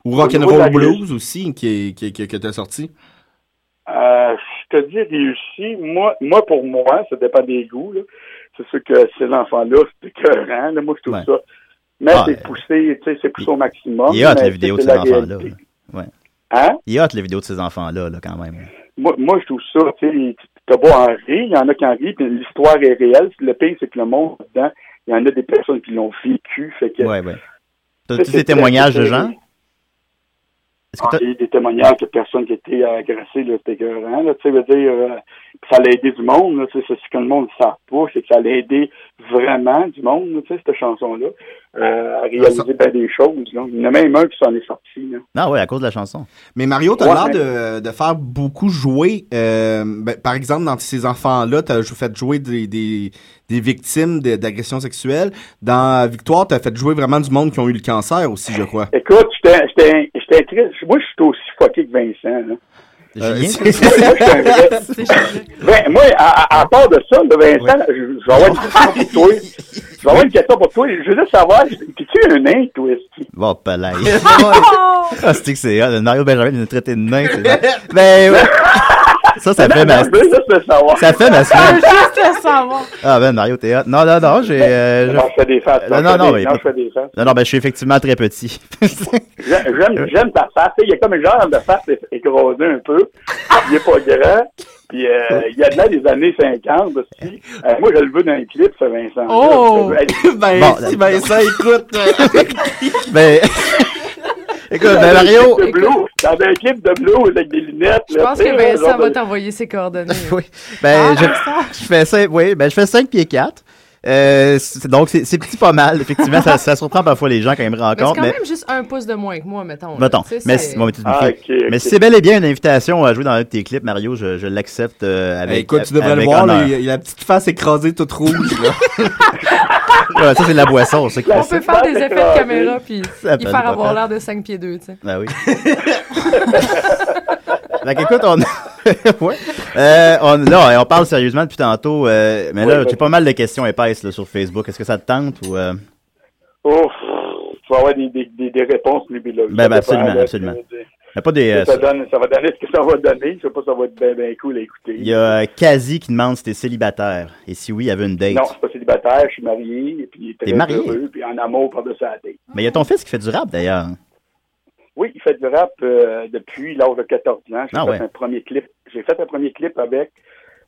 Speaker 6: Ou
Speaker 8: niveau de la
Speaker 6: Rock'n'Roll
Speaker 8: liste.
Speaker 6: Blues aussi, qui est, qui, est- qui est- que t'as sorti?
Speaker 8: Euh, je te dis réussi. Moi, moi pour moi, ça dépend des goûts. là. C'est sûr que ces enfants-là, c'est écœurant. là. Moi, je trouve
Speaker 3: Ouais.
Speaker 8: ça. Mais
Speaker 3: Ah,
Speaker 8: c'est
Speaker 3: euh,
Speaker 8: poussé, tu sais, c'est poussé au maximum.
Speaker 3: Il est hot,
Speaker 8: Ah, mais
Speaker 3: la vidéo de
Speaker 8: c'est
Speaker 3: ces
Speaker 8: la
Speaker 3: enfants-là.
Speaker 8: réalité.
Speaker 3: là. Ouais.
Speaker 8: Hein?
Speaker 3: Il est hot, la vidéo de ces enfants-là, là, quand même.
Speaker 8: Moi, moi, je trouve ça, tu sais, t'as beau en rire, il y en a qui en rient, puis l'histoire est réelle. Le pire, c'est que le monde, dedans, il y en a des personnes qui l'ont vécu. Fait que,
Speaker 3: Ouais, ouais. T'as
Speaker 8: Ça,
Speaker 3: tous ces
Speaker 8: c'est- Ah,
Speaker 3: témoignages de
Speaker 8: c'est-
Speaker 3: gens? Est-ce que t'as-
Speaker 8: Ah, il y a eu des témoignages de personnes qui étaient agressées, là, c'était écœurant, là, tu sais, je veux dire, euh,
Speaker 9: Puis ça l'a aidé du monde, là, tu sais, c'est ce que le monde ne savent pas, c'est que ça l'a aidé vraiment du monde, là, tu sais, cette chanson-là, euh, à réaliser bien des choses. là. Il y en a même un qui s'en est sorti. Là.
Speaker 3: Non, ouais, à cause de la chanson.
Speaker 6: Mais Mario, t'as
Speaker 9: Ouais,
Speaker 6: l'air de, de faire beaucoup jouer. euh, ben, par exemple, dans ces enfants-là, t'as jou- fait jouer des, des, des victimes de- d'agressions sexuelles. Dans Victoire, t'as fait jouer vraiment du monde qui ont eu le cancer aussi, je crois.
Speaker 9: Écoute, j'étais- j'étais j'étais triste. Moi, je suis aussi fucké que Vincent. Là.
Speaker 8: Euh,
Speaker 3: Julien,
Speaker 6: Euh, c'est-
Speaker 9: Moi, je suis un vrai-
Speaker 4: C'est chargé.
Speaker 9: Ben, moi, à, à- à part de ça, là, Vincent, je, je vais avoir une question pour toi. Je vais avoir une question pour toi. Je veux juste savoir, t'es-tu un nain, toi, esti?
Speaker 3: Bon, Oh, palais. ah, c'est que c'est hot. Mario Benjamin nous a traité de nain. c'est vrai. Ben, ouais. Ça, ça fait ma...
Speaker 9: Je veux juste le savoir.
Speaker 3: Ça fait ma
Speaker 4: Je veux
Speaker 3: semaine.
Speaker 4: juste le savoir.
Speaker 3: Ah ben, Mario, t'es hot. Non, non, non, j'ai...
Speaker 9: Non,
Speaker 3: euh,
Speaker 9: je
Speaker 3: je-
Speaker 9: fais des faces.
Speaker 3: Non,
Speaker 9: je
Speaker 3: non,
Speaker 9: fais
Speaker 3: non,
Speaker 9: des-
Speaker 3: mais-
Speaker 9: je fais des faces.
Speaker 3: Non, non, ben, je suis effectivement très petit.
Speaker 6: Ben,
Speaker 9: J'ai-
Speaker 3: Euh.
Speaker 9: J'aime, j'aime ta face. tu sais, Il y a comme une genre de face é- écrasée un peu. Il est pas grand. Puis euh, il y a de là des années 50 aussi. Euh, moi, je le veux dans un clip, ce Vincent.
Speaker 5: Oh!
Speaker 6: ben,
Speaker 3: Bon, là-
Speaker 6: si, ben, ça, écoute. euh,
Speaker 3: ben... Écoute, ben, Mario...
Speaker 9: De blues, dans un clip de blues avec des lunettes.
Speaker 5: Je pense que Vincent va t'envoyer ses coordonnées.
Speaker 3: Oui. Ben,
Speaker 5: euh, Ah,
Speaker 3: je, je fais 5, oui, ben, je fais 5 pieds 4. Euh, c'est- donc, c'est c'est petit pas mal. Effectivement, ça, ça surprend parfois les gens quand ils me
Speaker 5: Mais c'est
Speaker 3: rencontrent.
Speaker 5: quand
Speaker 3: Mais,
Speaker 5: même juste un pouce de moins que moi, mettons. là.
Speaker 3: mettons,
Speaker 5: Tu sais,
Speaker 3: mais,
Speaker 5: c'est-
Speaker 3: bon, mais tu-
Speaker 9: Ah, ok, ok.
Speaker 3: mais si c'est bel et bien une invitation à jouer dans un de tes clips, Mario, je, je l'accepte euh, avec.
Speaker 6: Ben, écoute, tu devrais
Speaker 3: avec
Speaker 6: le voir,
Speaker 3: honneur.
Speaker 6: là, il y a- il y a la petite face écrasée toute rouge. là.
Speaker 3: Ouais, ça, c'est de la boisson, c'est
Speaker 5: On
Speaker 3: classique.
Speaker 5: peut faire des effets de caméra puis
Speaker 3: Ça
Speaker 5: y
Speaker 3: peut
Speaker 5: faire
Speaker 3: être
Speaker 5: avoir
Speaker 3: pas
Speaker 5: l'air de 5 pieds 2, tu sais.
Speaker 3: Ben oui. Donc, écoute, on... ouais. Euh, on, là, on parle sérieusement depuis tantôt, euh, mais là,
Speaker 9: Ouais,
Speaker 3: j'ai
Speaker 9: ouais.
Speaker 3: pas mal de questions épaisses là, sur Facebook. Est-ce que ça te tente ou... euh,
Speaker 9: Oh, tu vas avoir des, des, des, des réponses nébuleuses.
Speaker 3: Ben,
Speaker 9: Ça dépend,
Speaker 3: ben, absolument,
Speaker 9: là,
Speaker 3: absolument.
Speaker 9: je veux dire.
Speaker 3: y a pas des... euh,
Speaker 9: Ça, donne, ça va donner ce que ça va donner. Je sais pas, ça va être bien ben cool à écouter.
Speaker 3: Il y a Kazi qui demande si t'es célibataire. Et si oui, il y avait une date.
Speaker 9: Non, je suis pas célibataire, je suis marié, et puis très
Speaker 3: T'es marié?
Speaker 9: heureux, puis en amour par-dessus la tête.
Speaker 3: Mais il y a ton fils qui fait du rap d'ailleurs.
Speaker 9: Oui, il fait du rap euh, depuis l'âge de 14 ans. J'ai
Speaker 3: Ah
Speaker 9: fait
Speaker 3: ouais.
Speaker 9: un premier clip. J'ai fait un premier clip avec.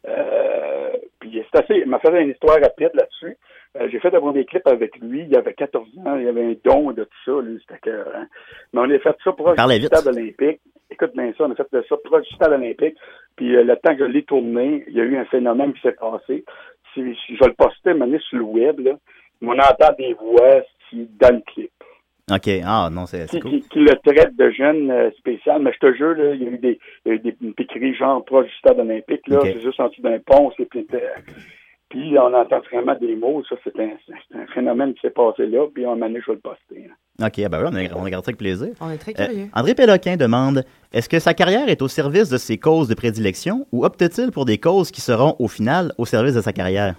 Speaker 9: euh, puis c'est assez. Il m'a fait une histoire rapide là-dessus. Euh, j'ai fait un premier clip avec lui. Il avait 14 ans. Il avait un don de tout ça. Lui, c'était que, hein. Mais on a fait ça proche
Speaker 3: Parlez
Speaker 9: du
Speaker 3: vite.
Speaker 9: stade olympique. Écoute bien ça. On a fait ça proche du stade olympique. Puis euh, le temps que je l'ai tourné, il y a eu un phénomène qui s'est passé. Si, si je vais le poster, mener sur le web, là, on entend des voix si, dans le clip
Speaker 3: Ok, ah non, c'est c'est
Speaker 9: qui,
Speaker 3: cool.
Speaker 9: qui- qui le traite de jeune euh, spécial. Mais je te jure, là, il y a eu des, il y a eu des une piquerie genre proche du stade olympique. Là,
Speaker 3: Ok.
Speaker 9: C'est juste en dessous d'un pont. C'est, puis, euh, puis on entend vraiment des mots. Ça, c'est un, c'est un phénomène qui s'est passé là. Puis on m'a donné, je vais le poster. hein.
Speaker 3: Ok, ben oui, on, est- on regarde ça avec plaisir.
Speaker 5: On est très
Speaker 3: Euh,
Speaker 5: curieux.
Speaker 3: André Péloquin demande Est-ce que sa carrière est au service de ses causes de prédilection ou opte-t-il pour des causes qui seront au final au service de sa carrière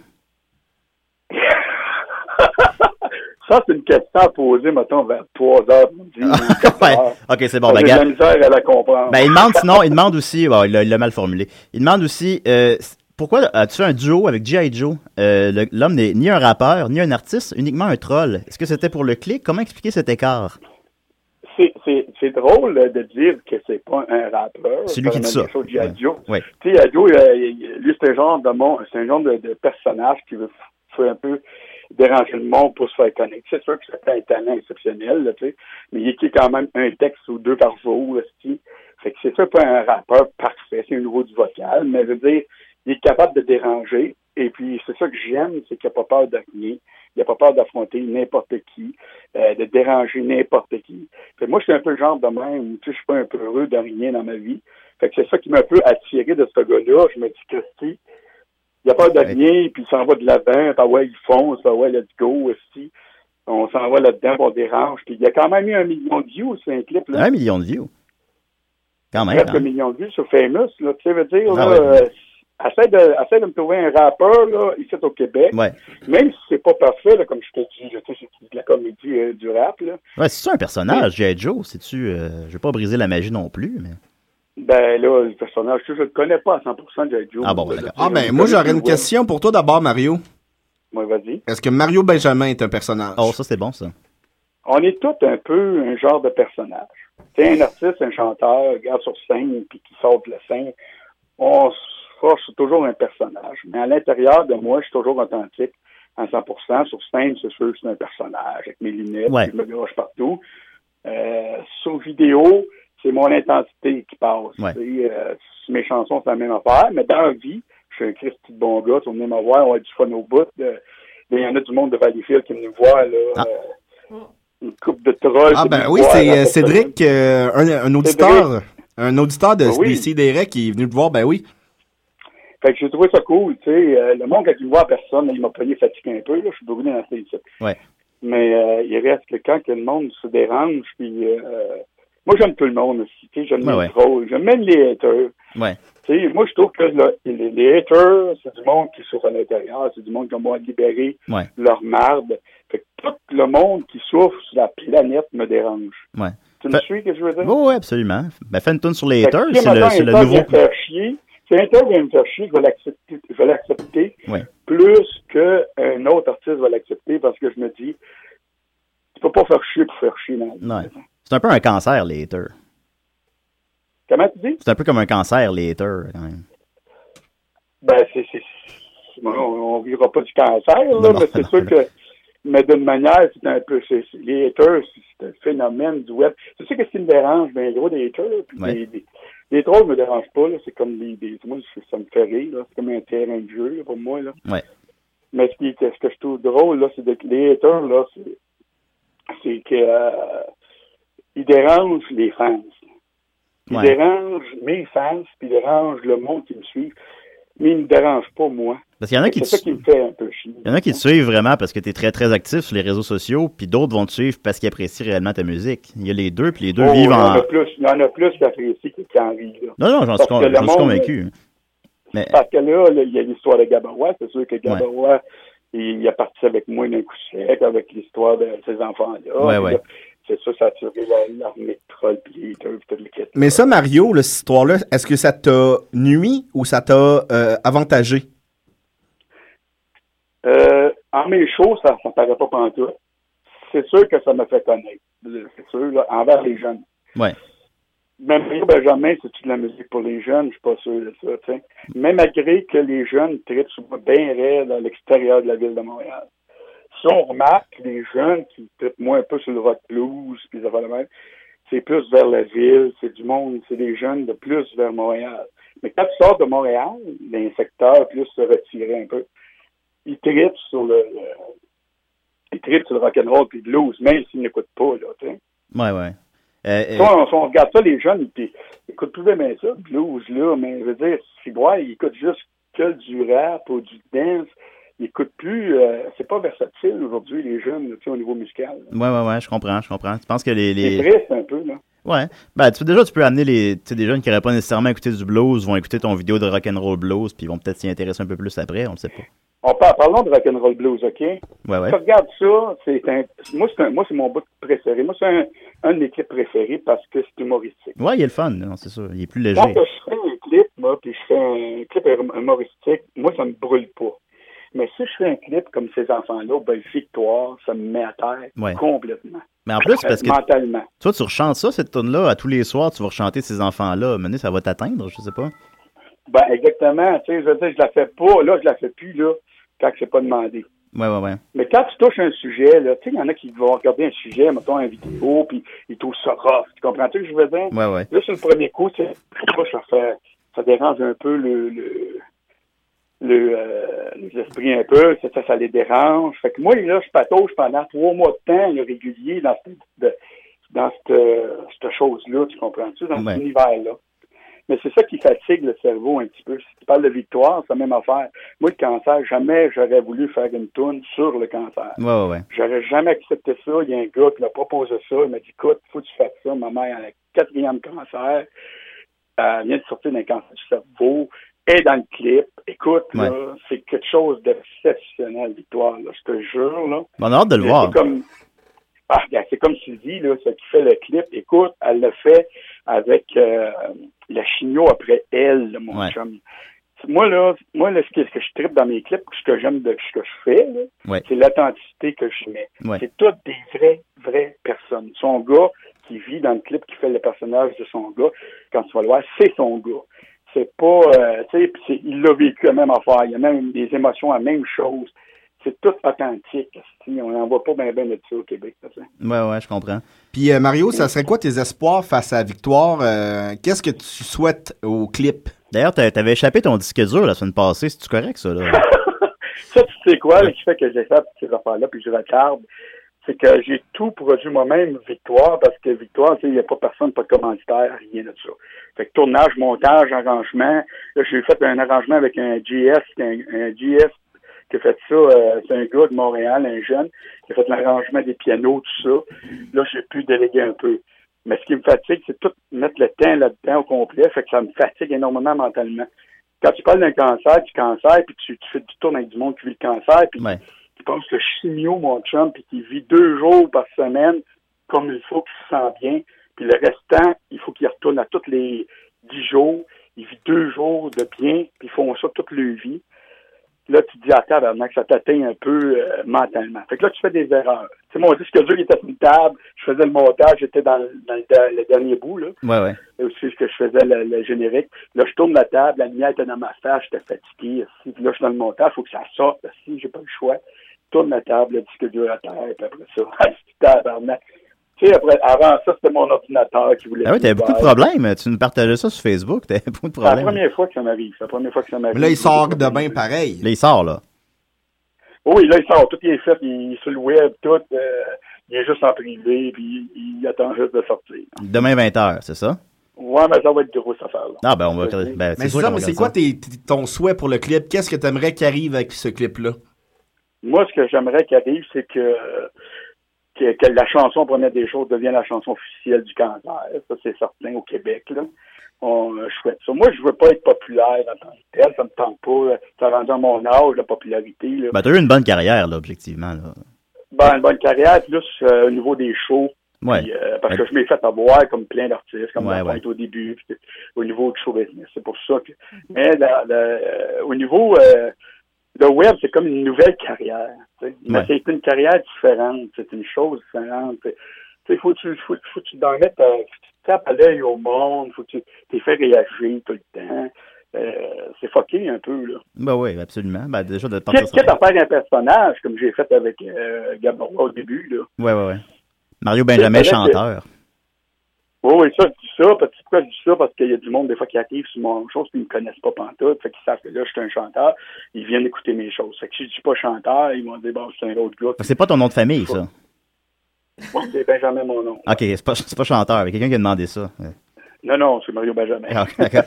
Speaker 9: Ça, c'est une question à poser, mettons, vers 3 heures. midi, quatre
Speaker 3: Ouais.
Speaker 9: heures.
Speaker 3: Ok, c'est bon, ben,
Speaker 9: J'ai de la
Speaker 3: regarde.
Speaker 9: misère à la comprendre.
Speaker 3: Ben, il demande sinon, il demande aussi, bon, il l'a- il l'a mal formulé. Il demande aussi, euh, c- pourquoi as-tu fait un duo avec G.I. Joe Euh, le- L'homme n'est ni un rappeur, ni un artiste, uniquement un troll. Est-ce que c'était pour le clic Comment expliquer cet écart
Speaker 9: c'est, c'est, c'est drôle euh, de dire que c'est pas un rappeur.
Speaker 3: C'est lui qui dit
Speaker 9: la même
Speaker 3: ça.
Speaker 9: chose qu'il y a
Speaker 3: Ouais.
Speaker 9: Joe.
Speaker 3: Ouais.
Speaker 9: Tu sais, il y a Joe, euh, il- lui, c'est un genre de mon, c'est un genre de, de personnage qui veut f- faire un peu déranger le monde pour se faire connaître. C'est sûr que c'est un talent exceptionnel, là, tu sais, mais il écrit quand même un texte ou deux par jour, là, c'est-tu. Fait que c'est sûr pas un rappeur parfait, c'est au niveau du vocal, mais je veux dire, il est capable de déranger. Et puis, c'est ça que j'aime, c'est qu'il n'a pas peur de rien. Il n'a pas peur d'affronter n'importe qui, euh, de déranger n'importe qui. Fait que moi, je suis un peu le genre de même, tu sais, je suis pas un peu heureux de rien dans ma vie. Fait que c'est ça qui m'a un peu attiré de ce gars-là. Je me dis, Christy, il a peur de rien, puis il s'en va de l'avant, bah ouais, il fonce, bah ouais, let's go aussi. On s'en va là-dedans, puis on dérange. Puis il y a quand même eu un million de views sur un clip, là.
Speaker 3: Un million de views. Quand même.
Speaker 9: Presque un
Speaker 3: hein.
Speaker 9: million de vues sur Famous, là. Tu sais, veut dire,
Speaker 3: Ah
Speaker 9: là,
Speaker 3: ouais.
Speaker 9: euh, essaie de, essaie de me trouver un rappeur, là, ici au Québec.
Speaker 3: Ouais.
Speaker 9: Même si c'est pas parfait, là, comme je te dis, je sais, c'est de la comédie euh, du rap, là.
Speaker 3: Ouais, c'est-tu un personnage, G.I. Joe? C'est-tu. euh, je vais pas briser la magie non plus, mais.
Speaker 9: Ben là, le personnage, je ne le connais pas à 100% de Joe.
Speaker 3: Ah bon, d'accord.
Speaker 6: ah, ben, moi, j'aurais une question pour toi d'abord, Mario.
Speaker 9: Moi, vas-y.
Speaker 6: Est-ce que Mario Benjamin est un personnage?
Speaker 9: Ah,
Speaker 3: Oh, ça, c'est bon, ça.
Speaker 9: On est tous un peu un genre de personnage. Tu sais, un artiste, un chanteur, regarde sur scène, puis qui sort de la scène, on s- oh, je suis toujours un personnage. Mais à l'intérieur de moi, je suis toujours authentique à 100%. Sur scène, c'est sûr que c'est un personnage, avec mes lunettes,
Speaker 3: Ouais.
Speaker 9: puis je me gauche partout. Euh, sur vidéo, c'est mon intensité qui passe.
Speaker 3: Ouais.
Speaker 9: Tu sais, euh, sur mes chansons, c'est la même affaire, mais dans la vie, suis un Christy de bon gars, tu venez me voir, on a du fun au bout. euh, mais il y en a du monde de Valleyfield qui est venu me voir, là.
Speaker 3: Ah.
Speaker 9: euh, une coupe de trolls.
Speaker 6: Ah
Speaker 9: qui est
Speaker 6: ben
Speaker 9: venue
Speaker 6: oui,
Speaker 9: me voir,
Speaker 6: c'est
Speaker 9: là,
Speaker 6: euh,
Speaker 9: cette semaine.
Speaker 6: Cédric, euh, un, un auditeur, un auditeur de
Speaker 9: Ah oui.
Speaker 6: CDR qui est venu te voir, ben oui.
Speaker 9: Fait que j'ai trouvé ça cool, tu sais. euh, le monde, quand il me voit en personne, il m'a pogné fatigué un peu, là. Je suis brûlé dans ces
Speaker 3: Ouais.
Speaker 9: Mais euh, il reste que quand que le monde se dérange, puis... euh, moi, j'aime tout le monde aussi, tu sais. J'aime
Speaker 3: Ouais,
Speaker 9: les
Speaker 3: ouais.
Speaker 9: trolls, j'aime même les haters.
Speaker 3: Ouais.
Speaker 9: Tu sais, moi, je trouve que le- les, les haters, c'est du monde qui souffre à l'intérieur, c'est du monde qui a moins libéré
Speaker 3: Ouais.
Speaker 9: leur marde. Fait que tout le monde qui souffre sur la planète me dérange.
Speaker 3: Ouais.
Speaker 9: Tu me
Speaker 3: Fait-
Speaker 9: suis, que je veux dire?
Speaker 3: Oui, oui, absolument. Ben, fais une tourne sur les
Speaker 9: Fait que
Speaker 3: haters,
Speaker 9: si,
Speaker 3: c'est le,
Speaker 9: mettons,
Speaker 3: c'est le
Speaker 9: un hater
Speaker 3: nouveau.
Speaker 9: vient me faire chier, si un hater vient me faire chier, je vais l'accepter- je vais l'accepter
Speaker 3: Ouais.
Speaker 9: plus qu'un autre artiste va l'accepter parce que je me dis, tu peux pas faire chier pour faire chier. man.
Speaker 3: Ouais. C'est un peu un cancer, les haters.
Speaker 9: Comment tu dis?
Speaker 3: C'est un peu comme un cancer, les haters, quand même.
Speaker 9: Ben, c'est. c'est- c'est- bon, On ne vivra pas du cancer, là,
Speaker 3: Non, non,
Speaker 9: mais c'est
Speaker 3: non,
Speaker 9: sûr
Speaker 3: non.
Speaker 9: que. Mais d'une manière, c'est un peu. c'est- c'est- les haters, c'est- c'est un phénomène du web. C'est ça que ce qui me dérange, ben, gros, des haters. Puis
Speaker 3: Ouais.
Speaker 9: des, des, les trolls me dérangent pas, là. C'est comme des. des moi, je- ça me fait rire, là. C'est comme un terrain de jeu, là, pour moi, là.
Speaker 3: Ouais.
Speaker 9: Mais ce, qui, que- ce que je trouve drôle, là, c'est que les haters, là, c'est. C'est que. euh, ils dérangent les fans. Ils
Speaker 3: Ouais.
Speaker 9: dérangent mes fans, puis ils dérangent le monde qui me suit. Mais ils ne me dérangent pas, moi.
Speaker 3: Parce qu'il y en a qui
Speaker 9: C'est ça
Speaker 3: te,
Speaker 9: qui me fait un peu chier.
Speaker 3: il y en a qui te suivent vraiment parce que tu es très, très actif sur les réseaux sociaux, puis d'autres vont te suivre parce qu'ils apprécient réellement ta musique. Il y a les deux, puis les deux
Speaker 9: Oh, il, y
Speaker 3: vivent
Speaker 9: en
Speaker 3: en.
Speaker 9: a plus, il y en a plus qui apprécient que qui en rient, là.
Speaker 3: Non, non, j'en
Speaker 9: Parce
Speaker 3: suis, con-
Speaker 9: que le
Speaker 3: j'en suis
Speaker 9: monde-
Speaker 3: convaincu. Mais,
Speaker 9: Parce que là, là, il y a l'histoire de Gabarois. C'est sûr que Gabarois, il, il a parti avec moi d'un coup sec, avec l'histoire de ces enfants-là.
Speaker 3: Ouais,
Speaker 9: Puis
Speaker 3: ouais.
Speaker 9: là, C'est ça, ça a attiré la- l'armée de trolls, puis les haters, puis tout le kit.
Speaker 6: Mais ça, Mario, là, cette histoire-là, est-ce que ça t'a nuit ou ça t'a euh, avantagé?
Speaker 9: Euh, en mes shows, ça ne paraît pas pantoute. C'est sûr que ça me fait connaître. C'est sûr, là, envers les jeunes.
Speaker 3: ouais.
Speaker 9: Même Mario Benjamin, c'est de la musique pour les jeunes, je suis pas sûr de ça, tu sais. Mais malgré que les jeunes tripent souvent bien raide à l'extérieur de la ville de Montréal. Si on remarque, les jeunes qui tripent moins un peu sur le rock blues, puis les affaires de même, c'est plus vers la ville, c'est du monde, c'est des jeunes de plus vers Montréal. Mais quand tu sors de Montréal, les secteurs plus se retirer un peu, ils tripent sur le, le- ils tripent sur le rock'n'roll puis le blues, même s'ils n'écoutent pas, là, tu sais.
Speaker 3: Ouais, ouais. Euh, euh,
Speaker 9: Si on, si on regarde ça, les jeunes, puis ils écoutent plus bien ça, le blues, là, mais je veux dire, si ouais, ils écoutent juste que du rap ou du dance, ils écoutent plus, euh, c'est pas versatile aujourd'hui, les jeunes, tu sais, au niveau musical. là.
Speaker 3: ouais, ouais, ouais, je comprends, je comprends. Tu penses que les. les-
Speaker 9: C'est triste un peu, là.
Speaker 3: Ouais. Ben, tu, déjà, tu peux amener les, tu sais, des jeunes qui n'auraient pas nécessairement écouté du blues, vont écouter ton vidéo de rock'n'roll blues, puis ils vont peut-être s'y intéresser un peu plus après, on ne sait pas.
Speaker 9: On parle, parlons de rock'n'roll blues, OK?
Speaker 3: Ouais, ouais.
Speaker 9: Tu regardes ça, c'est un, moi, c'est un- moi, c'est mon bout préféré. Moi, c'est un, un de mes clips préférés parce que c'est humoristique.
Speaker 3: Ouais, il est le fun, non, c'est sûr. Il est plus léger.
Speaker 9: Quand que je fais un clip, moi, puis je fais un clip hum- humoristique, moi, ça me brûle pas. Mais si je fais un clip comme ces enfants-là, ben, victoire, ça me met à terre
Speaker 3: Ouais.
Speaker 9: complètement.
Speaker 3: Mais en plus, parce
Speaker 9: Euh,
Speaker 3: que
Speaker 9: Mentalement.
Speaker 3: toi, tu rechantes ça, cette tune-là, à tous les soirs, tu vas rechanter ces enfants-là. Maintenant, ça va t'atteindre, je sais pas.
Speaker 9: Ben, exactement, tu sais, je veux dire, je la fais pas, là, je la fais plus, là, quand c'est pas demandé.
Speaker 3: Ouais, ouais, ouais.
Speaker 9: Mais quand tu touches un sujet, là, tu sais, il y en a qui vont regarder un sujet, mettons, un vidéo, puis ils trouvent ça rough. Tu comprends-tu ce que je veux dire?
Speaker 3: Ouais, ouais.
Speaker 9: Là, sur le premier coup, tu sais, je trouve que ça, fait- ça dérange un peu le, le, le, euh, les esprits un peu, ça, ça, ça les dérange. Fait que moi, là, je patauge pendant trois mois de temps, le régulier, dans cette, de- dans cette, euh, cette chose-là, tu comprends-tu, dans
Speaker 3: Ouais.
Speaker 9: cet univers-là. Mais c'est ça qui fatigue le cerveau un petit peu. Si tu parles de victoire, c'est la même affaire. Moi, le cancer, jamais j'aurais voulu faire une tourne sur le cancer.
Speaker 3: Ouais, ouais, ouais.
Speaker 9: J'aurais jamais accepté ça. Il y a un gars qui m'a proposé ça. Il m'a dit écoute, faut que tu fasses ça. Ma mère, elle a quatrième cancer. Elle vient de sortir d'un cancer du cerveau. Elle est dans le clip. Écoute, là, c'est quelque chose d'exceptionnel, Victoire. Là. Je te jure. Là.
Speaker 3: Bon, on a hâte de le voir.
Speaker 9: C'est comme. Ah, regarde, c'est comme Sylvie, là, celle qui fait le clip. Écoute, elle le fait avec euh, la chigno après elle, là, mon
Speaker 3: Ouais.
Speaker 9: chum. Moi, là, moi, là, ce que, ce que je tripe dans mes clips, ce que j'aime de ce que je fais, là,
Speaker 3: Ouais.
Speaker 9: c'est l'authenticité que je mets.
Speaker 3: Ouais.
Speaker 9: C'est toutes des vraies, vraies personnes. Son gars qui vit dans le clip, qui fait le personnage de son gars, quand tu vas le voir, c'est son gars. C'est pas, euh, tu sais, puis c'est- il l'a vécu la même affaire, il a même des émotions, la même chose. c'est tout authentique. esti. On n'en voit pas bien ben de ça au Québec. ça fait.
Speaker 3: Ouais, ouais, je comprends.
Speaker 6: Puis euh, Mario, ça serait quoi tes espoirs face à Victoire? Euh, Qu'est-ce que tu souhaites au clip?
Speaker 3: D'ailleurs, t'a- t'avais échappé ton disque dur la semaine passée, c'est-tu correct, ça, là?
Speaker 9: Ça, tu sais quoi, là, qui fait que j'ai fait ces affaires-là, puis je retarde, c'est que j'ai tout produit moi-même, Victoire, parce que Victoire, tu sais, il n'y a pas personne, pas de commanditaire, rien de ça. Fait que tournage, montage, arrangement. Là, j'ai fait un arrangement avec un GS, un, un GS qui a fait ça, euh, c'est un gars de Montréal, un jeune, qui a fait l'arrangement des pianos, tout ça. Là, j'ai pu déléguer un peu. Mais ce qui me fatigue, c'est tout mettre le temps là-dedans au complet, fait que ça me fatigue énormément mentalement. Quand tu parles d'un cancer, du cancer, puis tu, tu fais du tour avec du monde qui vit le cancer, puis
Speaker 3: Ouais.
Speaker 9: qui pense que chimio, mon chum, puis qui vit deux jours par semaine comme il faut, qu'il se sent bien, puis le restant, il faut qu'il retourne à tous les dix jours, il vit deux jours de bien, puis ils font ça toute leur vie. Là, tu te dis, attends, que ça t'atteint un peu euh, mentalement. Fait que là, tu fais des erreurs. Tu sais, mon disque dur, il était sur une table, je faisais le montage, j'étais dans, le- dans le, le dernier bout, là
Speaker 3: Ouais, ouais.
Speaker 9: aussi ce que je faisais le, le générique. Là, je tourne la table, la lumière était dans ma face, j'étais fatigué. aussi. Puis là, je suis dans le montage, il faut que ça sorte. Si j'ai pas le choix, tourne la table, le disque dur à terre, puis après ça, ah, c'est du tabarnak. Tu sais, après, avant ça, c'était mon ordinateur qui voulait.
Speaker 3: Ah ouais, t'avais
Speaker 9: tout
Speaker 3: beaucoup de
Speaker 9: faire.
Speaker 3: problèmes. Tu nous partageais ça sur Facebook, t'avais beaucoup de
Speaker 9: C'est la
Speaker 3: problèmes.
Speaker 9: première fois que ça m'arrive. C'est la première fois que ça m'arrive.
Speaker 6: Mais là, il sort demain pareil.
Speaker 3: Là, il sort, là.
Speaker 9: Oui, là, il sort. Tout est fait. Il est sur le web, tout. euh, il est juste en privé, puis il, il attend juste de sortir.
Speaker 3: Demain 20h, c'est ça?
Speaker 9: Ouais, mais ça va être grosse affaire, là.
Speaker 3: Ah, ben, on va regarder.
Speaker 9: Ok.
Speaker 3: Ben,
Speaker 6: Mais c'est
Speaker 3: sûr
Speaker 6: ça,
Speaker 3: qu'on
Speaker 6: mais
Speaker 3: va
Speaker 6: c'est
Speaker 3: regarder
Speaker 6: quoi
Speaker 3: ça.
Speaker 6: tes- t- ton souhait pour le clip? Qu'est-ce que t'aimerais qu'il arrive avec ce clip-là?
Speaker 9: Moi, ce que j'aimerais qu'il arrive, c'est que, que, que la chanson Première des choses devienne la chanson officielle du cancer. Ça, c'est certain au Québec. Là. On, euh, je souhaite ça. Moi, je veux pas être populaire en tant que tel. Ça me tente pas. Ça rendu à mon âge, la popularité. Là.
Speaker 3: Ben, t'as eu une bonne carrière, là, objectivement, là.
Speaker 9: Ben, une bonne carrière, plus euh, au niveau des shows.
Speaker 3: Ouais.
Speaker 9: Puis, euh, parce
Speaker 3: Ouais.
Speaker 9: que je m'ai fait avoir comme plein d'artistes, comme
Speaker 3: Ouais,
Speaker 9: on
Speaker 3: ouais.
Speaker 9: au début, puis au niveau du show business. C'est pour ça que. Mais la- la- euh, au niveau euh, le web, c'est comme une nouvelle carrière. tu sais. Mais
Speaker 3: Ouais.
Speaker 9: c'est une carrière différente. C'est une chose différente. Tu sais, faut que tu faut, faut que tu t'en mettes, euh, faut que tu tapes à l'œil au monde, faut que tu t'es fait réagir tout le temps. Euh, c'est fucké un peu, là.
Speaker 3: Ben, oui, absolument. Ben, déjà, de partir
Speaker 9: Quitte,
Speaker 3: sur-
Speaker 9: quitte à faire un personnage, comme j'ai fait avec euh, Gabarois au début, là.
Speaker 3: Ouais, ouais, ouais. Mario Benjamin,
Speaker 9: C'est vrai que-
Speaker 3: chanteur.
Speaker 9: Oui, oui, ça, je dis ça. Parce, que pourquoi je dis ça? Parce qu'il y a du monde, des fois, qui arrive sur mon chose, puis ils me connaissent pas pantoute. Fait qu'ils savent que là, je suis un chanteur. Ils viennent écouter mes choses. Fait que si je dis pas chanteur, ils vont dire, bon, c'est un autre gars.
Speaker 3: C'est pas ton nom de famille, ça.
Speaker 9: Moi, c'est Benjamin, mon nom.
Speaker 3: Ok, c'est pas, c'est pas chanteur. Il y a quelqu'un qui a demandé ça. Ouais.
Speaker 9: Non, non, c'est Mario Benjamin.
Speaker 3: Ah, ok, d'accord.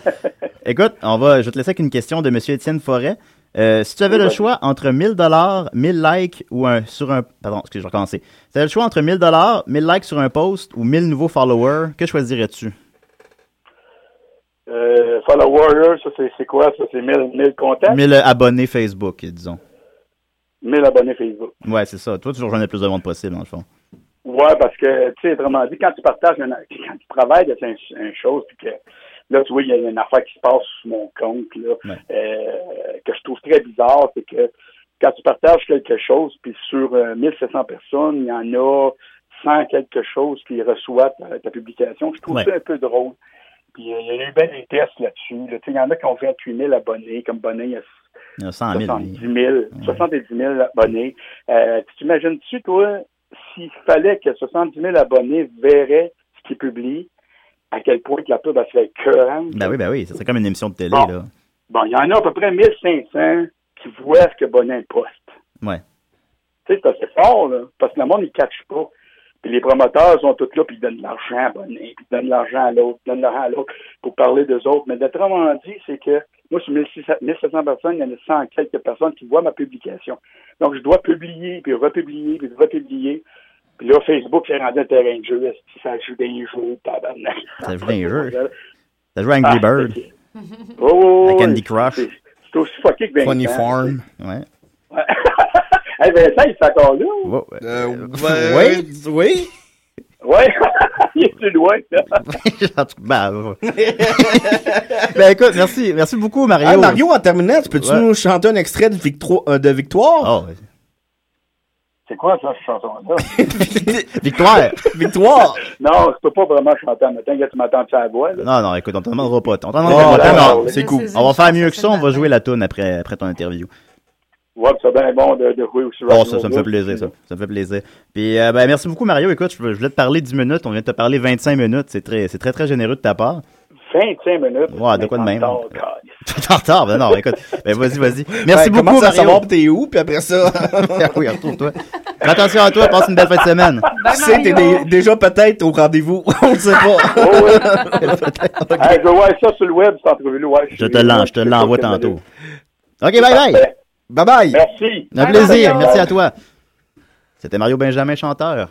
Speaker 3: Écoute, on va, je vais te laisser avec une question de M. Étienne Forêt. Euh, si tu avais
Speaker 9: Oui,
Speaker 3: le
Speaker 9: vas-y.
Speaker 3: choix entre 1000 dollars, 1000 likes ou un sur un pardon, excusez, je vais recommencer. Si tu avais le choix entre 1000 dollars, 1000 likes sur un post ou 1000 nouveaux followers, que choisirais-tu
Speaker 9: Euh, Follow Warrior, ça, c'est, c'est quoi? Ça, c'est 1000, 1000 contacts?
Speaker 3: 1000 abonnés Facebook, disons.
Speaker 9: 1000 abonnés Facebook.
Speaker 3: Ouais, c'est ça. Toi, tu rejoins le plus de monde possible, dans le fond.
Speaker 9: Ouais, parce que, tu sais, vraiment dit, quand tu partages, une, quand tu travailles dans un, un chose, puis que là, tu vois, il y a une affaire qui se passe sur mon compte, là,
Speaker 3: Ouais.
Speaker 9: euh, que je trouve très bizarre, c'est que quand tu partages quelque chose, puis sur euh, 1700 personnes, il y en a 100 quelque chose qui reçoit ta, ta publication, je trouve
Speaker 3: Ouais.
Speaker 9: ça un peu drôle. Puis euh, il y a eu bien des tests là-dessus. là. Tu sais, il y en a qui ont fait 8000 abonnés, comme Bonnet, il y a
Speaker 3: Il y en a 100 000.
Speaker 9: 70 000, 70 000 abonnés. Euh, tu T'imagines-tu, toi, s'il fallait que 70 000 abonnés verraient ce qu'ils publient, à quel point que la pub elle serait écœurante?
Speaker 3: Ben oui, ben oui, ça serait comme une émission de télé,
Speaker 9: Bon.
Speaker 3: là.
Speaker 9: Bon, il y en a à peu près 1500 qui voient ce que Bonin poste.
Speaker 3: Ouais.
Speaker 9: Tu sais, c'est assez fort, là, parce que le monde, il ne catche pas. Puis les promoteurs sont tous là, puis ils donnent de l'argent à Bonin, puis ils donnent de l'argent à l'autre, ils donnent de l'argent à l'autre pour parler d'eux autres. Mais autrement dit, c'est que moi, sur 1600 1700 personnes, il y en a 100 quelques personnes qui voient ma publication. Donc, je dois publier, puis republier, puis republier. Puis là, Facebook, c'est rendu un terrain de jeu. est-ce que Ça joue des jeux, tabarnak.
Speaker 3: Ça joue des jeux. Ça joue à Angry
Speaker 9: Ah,
Speaker 3: Bird.
Speaker 9: ok. Oh, oh,
Speaker 3: À
Speaker 9: oh,
Speaker 3: Candy
Speaker 9: c'est-
Speaker 3: Crush.
Speaker 9: C'est c'est aussi fucké que Vincent.
Speaker 6: Funny Farm.
Speaker 3: Ouais.
Speaker 9: Hey, Vincent, il est encore là? ou?
Speaker 3: Wow.
Speaker 6: Euh,
Speaker 3: ouais,
Speaker 6: oui.
Speaker 9: Ouais, il est plus loin. là.
Speaker 3: En tout cas, ben, ouais. Ben, écoute, merci, merci beaucoup, Mario.
Speaker 6: Ah, Mario, en terminant, tu peux-tu
Speaker 3: Ouais.
Speaker 6: nous chanter un extrait de, victro- euh, de Victoire?
Speaker 3: Oh,
Speaker 9: C'est quoi ça, cette chanson-là?
Speaker 3: victoire!
Speaker 6: Victoire!
Speaker 9: non, je peux pas vraiment chanter en matin. Regarde, tu m'entends sur la voix. là.
Speaker 3: Non, non, écoute, on te demandera pas. On te
Speaker 6: Oh,
Speaker 3: demandera pas,
Speaker 6: là,
Speaker 3: mais on-
Speaker 6: c'est cool.
Speaker 3: On va faire mieux que ça, on va jouer la toune après, après ton interview.
Speaker 9: Ouais, puis c'est bien bon de, de jouer aussi
Speaker 3: Bon,
Speaker 9: rock
Speaker 3: Oh, ça, ça me
Speaker 9: and
Speaker 3: fait
Speaker 9: roll.
Speaker 3: plaisir, ça. Ça me fait plaisir. Puis, euh, ben, merci beaucoup, Mario. Écoute, je, je voulais te parler 10 minutes. On vient de te parler 25 minutes. C'est très, c'est très, très généreux de ta part.
Speaker 9: 25 minutes.
Speaker 3: Ouais, de quoi de même?
Speaker 9: Attends, calme.
Speaker 3: T'es en retard. Ben non, écoute. Ben, vas-y, vas-y. Merci
Speaker 6: Ben,
Speaker 3: beaucoup,
Speaker 6: Commence à
Speaker 3: Mario.
Speaker 6: savoir pis t'es où, puis après ça,
Speaker 3: Ah oui, retrouve-toi. Fais attention à toi. Passe une belle fin de semaine.
Speaker 6: tu sais, t'es dé- déjà peut-être au rendez-vous. On ne sait pas.
Speaker 9: Oh, oui. Hey, je vais voir ça sur le web, cette entrevue-là. Ouais,
Speaker 3: Je te l'en- je te l'envoie tantôt. OK, bye bye.
Speaker 9: Parfait.
Speaker 6: Bye bye.
Speaker 9: Merci.
Speaker 3: Un
Speaker 5: Bye,
Speaker 3: plaisir.
Speaker 5: Mario.
Speaker 3: Merci à toi. C'était Mario Benjamin, chanteur.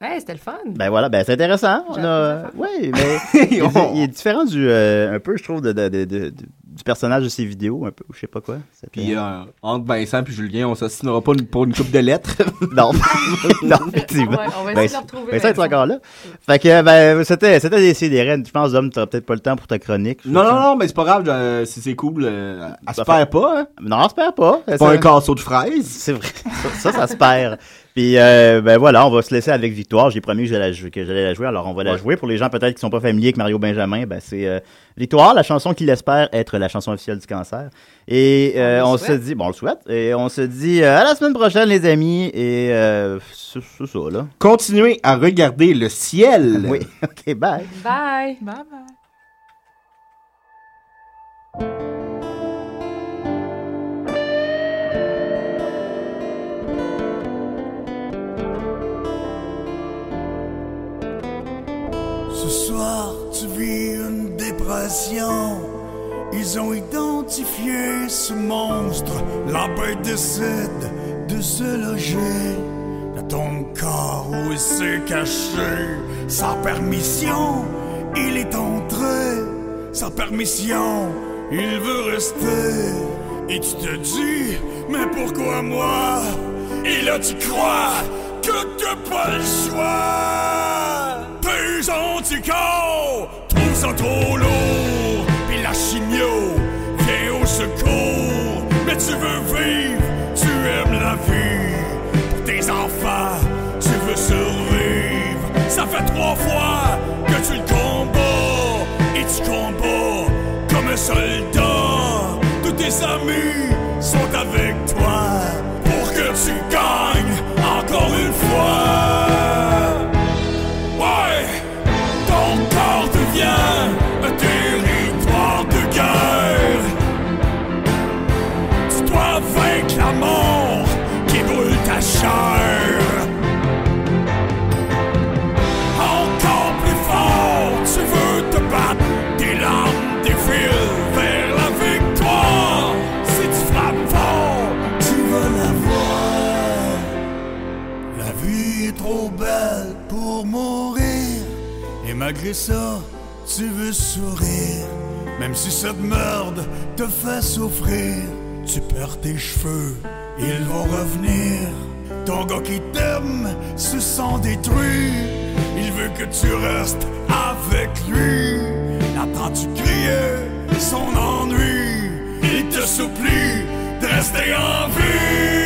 Speaker 5: Hey, c'était le fun.
Speaker 3: Ben voilà, ben c'est intéressant. On a... Oui, mais il, est- il est différent du, euh, un peu, je trouve, de, de- de- de- du personnage de ses vidéos, un peu, ou je sais pas quoi. C'était-
Speaker 6: Puis euh, entre Vincent puis Julien, on s'assinera pas une- pour une coupe de lettres.
Speaker 3: Non, non, effectivement.
Speaker 5: Ouais, on va essayer de le retrouver,
Speaker 3: Ben, ça, est
Speaker 5: Vincent.
Speaker 3: encore là. Fait que, ben, c'était, c'était des sidérènes. Je pense, Dom, t'auras peut-être pas le temps pour ta chronique.
Speaker 6: non, non, non, mais c'est pas grave. euh, si c'est cool, euh, elle se perd pas. Hein.
Speaker 3: Non, on se perd pas.
Speaker 6: C'est Pas
Speaker 3: Ça-
Speaker 6: un casseau de fraises.
Speaker 3: C'est vrai. Ça, ça se perd. Puis, euh, ben voilà, on va se laisser avec Victoire. J'ai promis que j'allais la, jou- que j'allais la jouer, alors on va la jouer. Pour les gens peut-être qui sont pas familiers avec Mario Benjamin, ben c'est euh, Victoire, la chanson qu'il espère être la chanson officielle du cancer. Et euh,
Speaker 5: On
Speaker 3: on,
Speaker 5: le
Speaker 3: se
Speaker 5: souhaite.
Speaker 3: dit, bon, on le souhaite, et on se dit euh, à la semaine prochaine, les amis, et euh, c'est c'est ça, là.
Speaker 6: Continuez à regarder le ciel.
Speaker 3: Oui, ok, bye.
Speaker 5: Bye.
Speaker 4: Bye bye.
Speaker 8: Ce soir, tu vis une dépression. Ils ont identifié ce monstre. L'empête décide de se loger dans ton corps où il s'est caché. Sans permission, il est entré. Sans permission, il veut rester. Et tu te dis, mais pourquoi moi? Et là, tu crois que t'as pas le choix. Tes anticorps trouvent ça trop lourd. Puis la chimio vient au secours. Mais tu veux vivre, tu aimes la vie. Pour tes enfants, tu veux survivre. Ça fait trois fois que tu le combats. Et tu combats comme un soldat. Tous tes amis sont avec toi. Pour que tu gagnes encore une fois. Ouais, ton corps devient un territoire de guerre. Tu dois vaincre la mort qui brûle ta chair. Encore plus fort, tu veux te battre. Tes larmes défilent vers la victoire. Si tu frappes fort, tu vas la voir. La vie est trop belle pour mourir. Et malgré ça, tu veux sourire. Même si cette merde te fait souffrir, tu perds tes cheveux, ils vont revenir. Ton gars qui t'aime se sent détruit. Il veut que tu restes avec lui. L'attends-tu crier son ennui? Il te supplie de rester en vie.